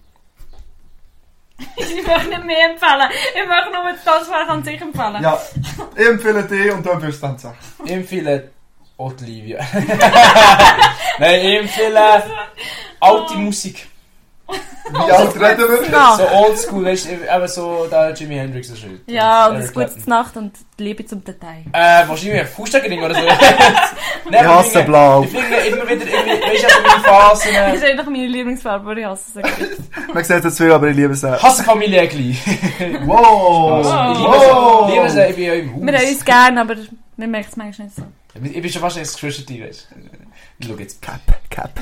Speaker 1: Ich möchte nicht mehr empfehlen. Ich möchte nur das Tanzwerk an sich empfehlen.
Speaker 3: Ja, ich empfehle dich und du empfiehlst das Tanzwerk.
Speaker 2: Ich empfehle Olivia. Nein, ich empfehle alte Musik.
Speaker 3: Wie alt reden wir?
Speaker 2: So oldschool, weißt du, eben so da Jimi Hendrix und shit.
Speaker 1: Ja, und
Speaker 2: Eric
Speaker 1: es gute
Speaker 2: Clapton.
Speaker 1: Nacht und Liebe zum Detail.
Speaker 2: Äh, wahrscheinlich ein Fußsteigerring oder so. Nein,
Speaker 3: Ich
Speaker 2: aber
Speaker 3: hasse Blau.
Speaker 2: Ich finde immer wieder, irgendwie, weißt du, also meine Phasen.
Speaker 1: Das ist eigentlich meine Lieblingsfarbe, die ich hasse.
Speaker 3: Man sieht jetzt viel, aber ich liebe es auch.
Speaker 2: Hasse Familie gleich.
Speaker 3: Wow!
Speaker 2: Ich liebe
Speaker 3: Wow.
Speaker 2: es, liebe es, ich bin ja im Haus.
Speaker 1: Wir haben uns gerne, aber wir merken es manchmal nicht so.
Speaker 2: Ich bin schon fast ein Scrushy-Tier, weißt du. Ich schau jetzt.
Speaker 3: Cap.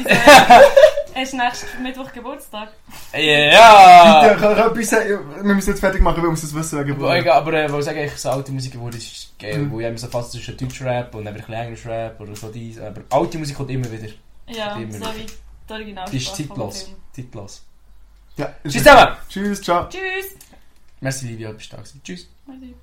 Speaker 1: Hast du nächsten Mittwoch Geburtstag?
Speaker 3: Ja,
Speaker 2: Ja!
Speaker 3: kann ich etwas sagen? Wir müssen jetzt fertig machen, weil wir müssen das wissen wegen
Speaker 2: Aber,
Speaker 3: Bruder.
Speaker 2: egal, aber äh, weil ich sage, ich so alte Musik geworden ist, ist geil,
Speaker 3: Mhm.
Speaker 2: wo ich immer so fast zwischen Deutschrap und dann ein bisschen Englisch Rap oder so dies, aber alte Musik kommt immer wieder,
Speaker 1: Ja,
Speaker 2: Immer.
Speaker 1: so wie die Originalsprache
Speaker 2: die ist
Speaker 1: vom
Speaker 2: zeitlos,
Speaker 1: Film.
Speaker 2: zeitlos.
Speaker 3: Ja, ist
Speaker 2: Tschüss
Speaker 3: okay.
Speaker 2: zusammen!
Speaker 3: Tschüss, ciao.
Speaker 1: Tschüss!
Speaker 2: Merci Livia, bis dann. Tschüss.
Speaker 1: Merci.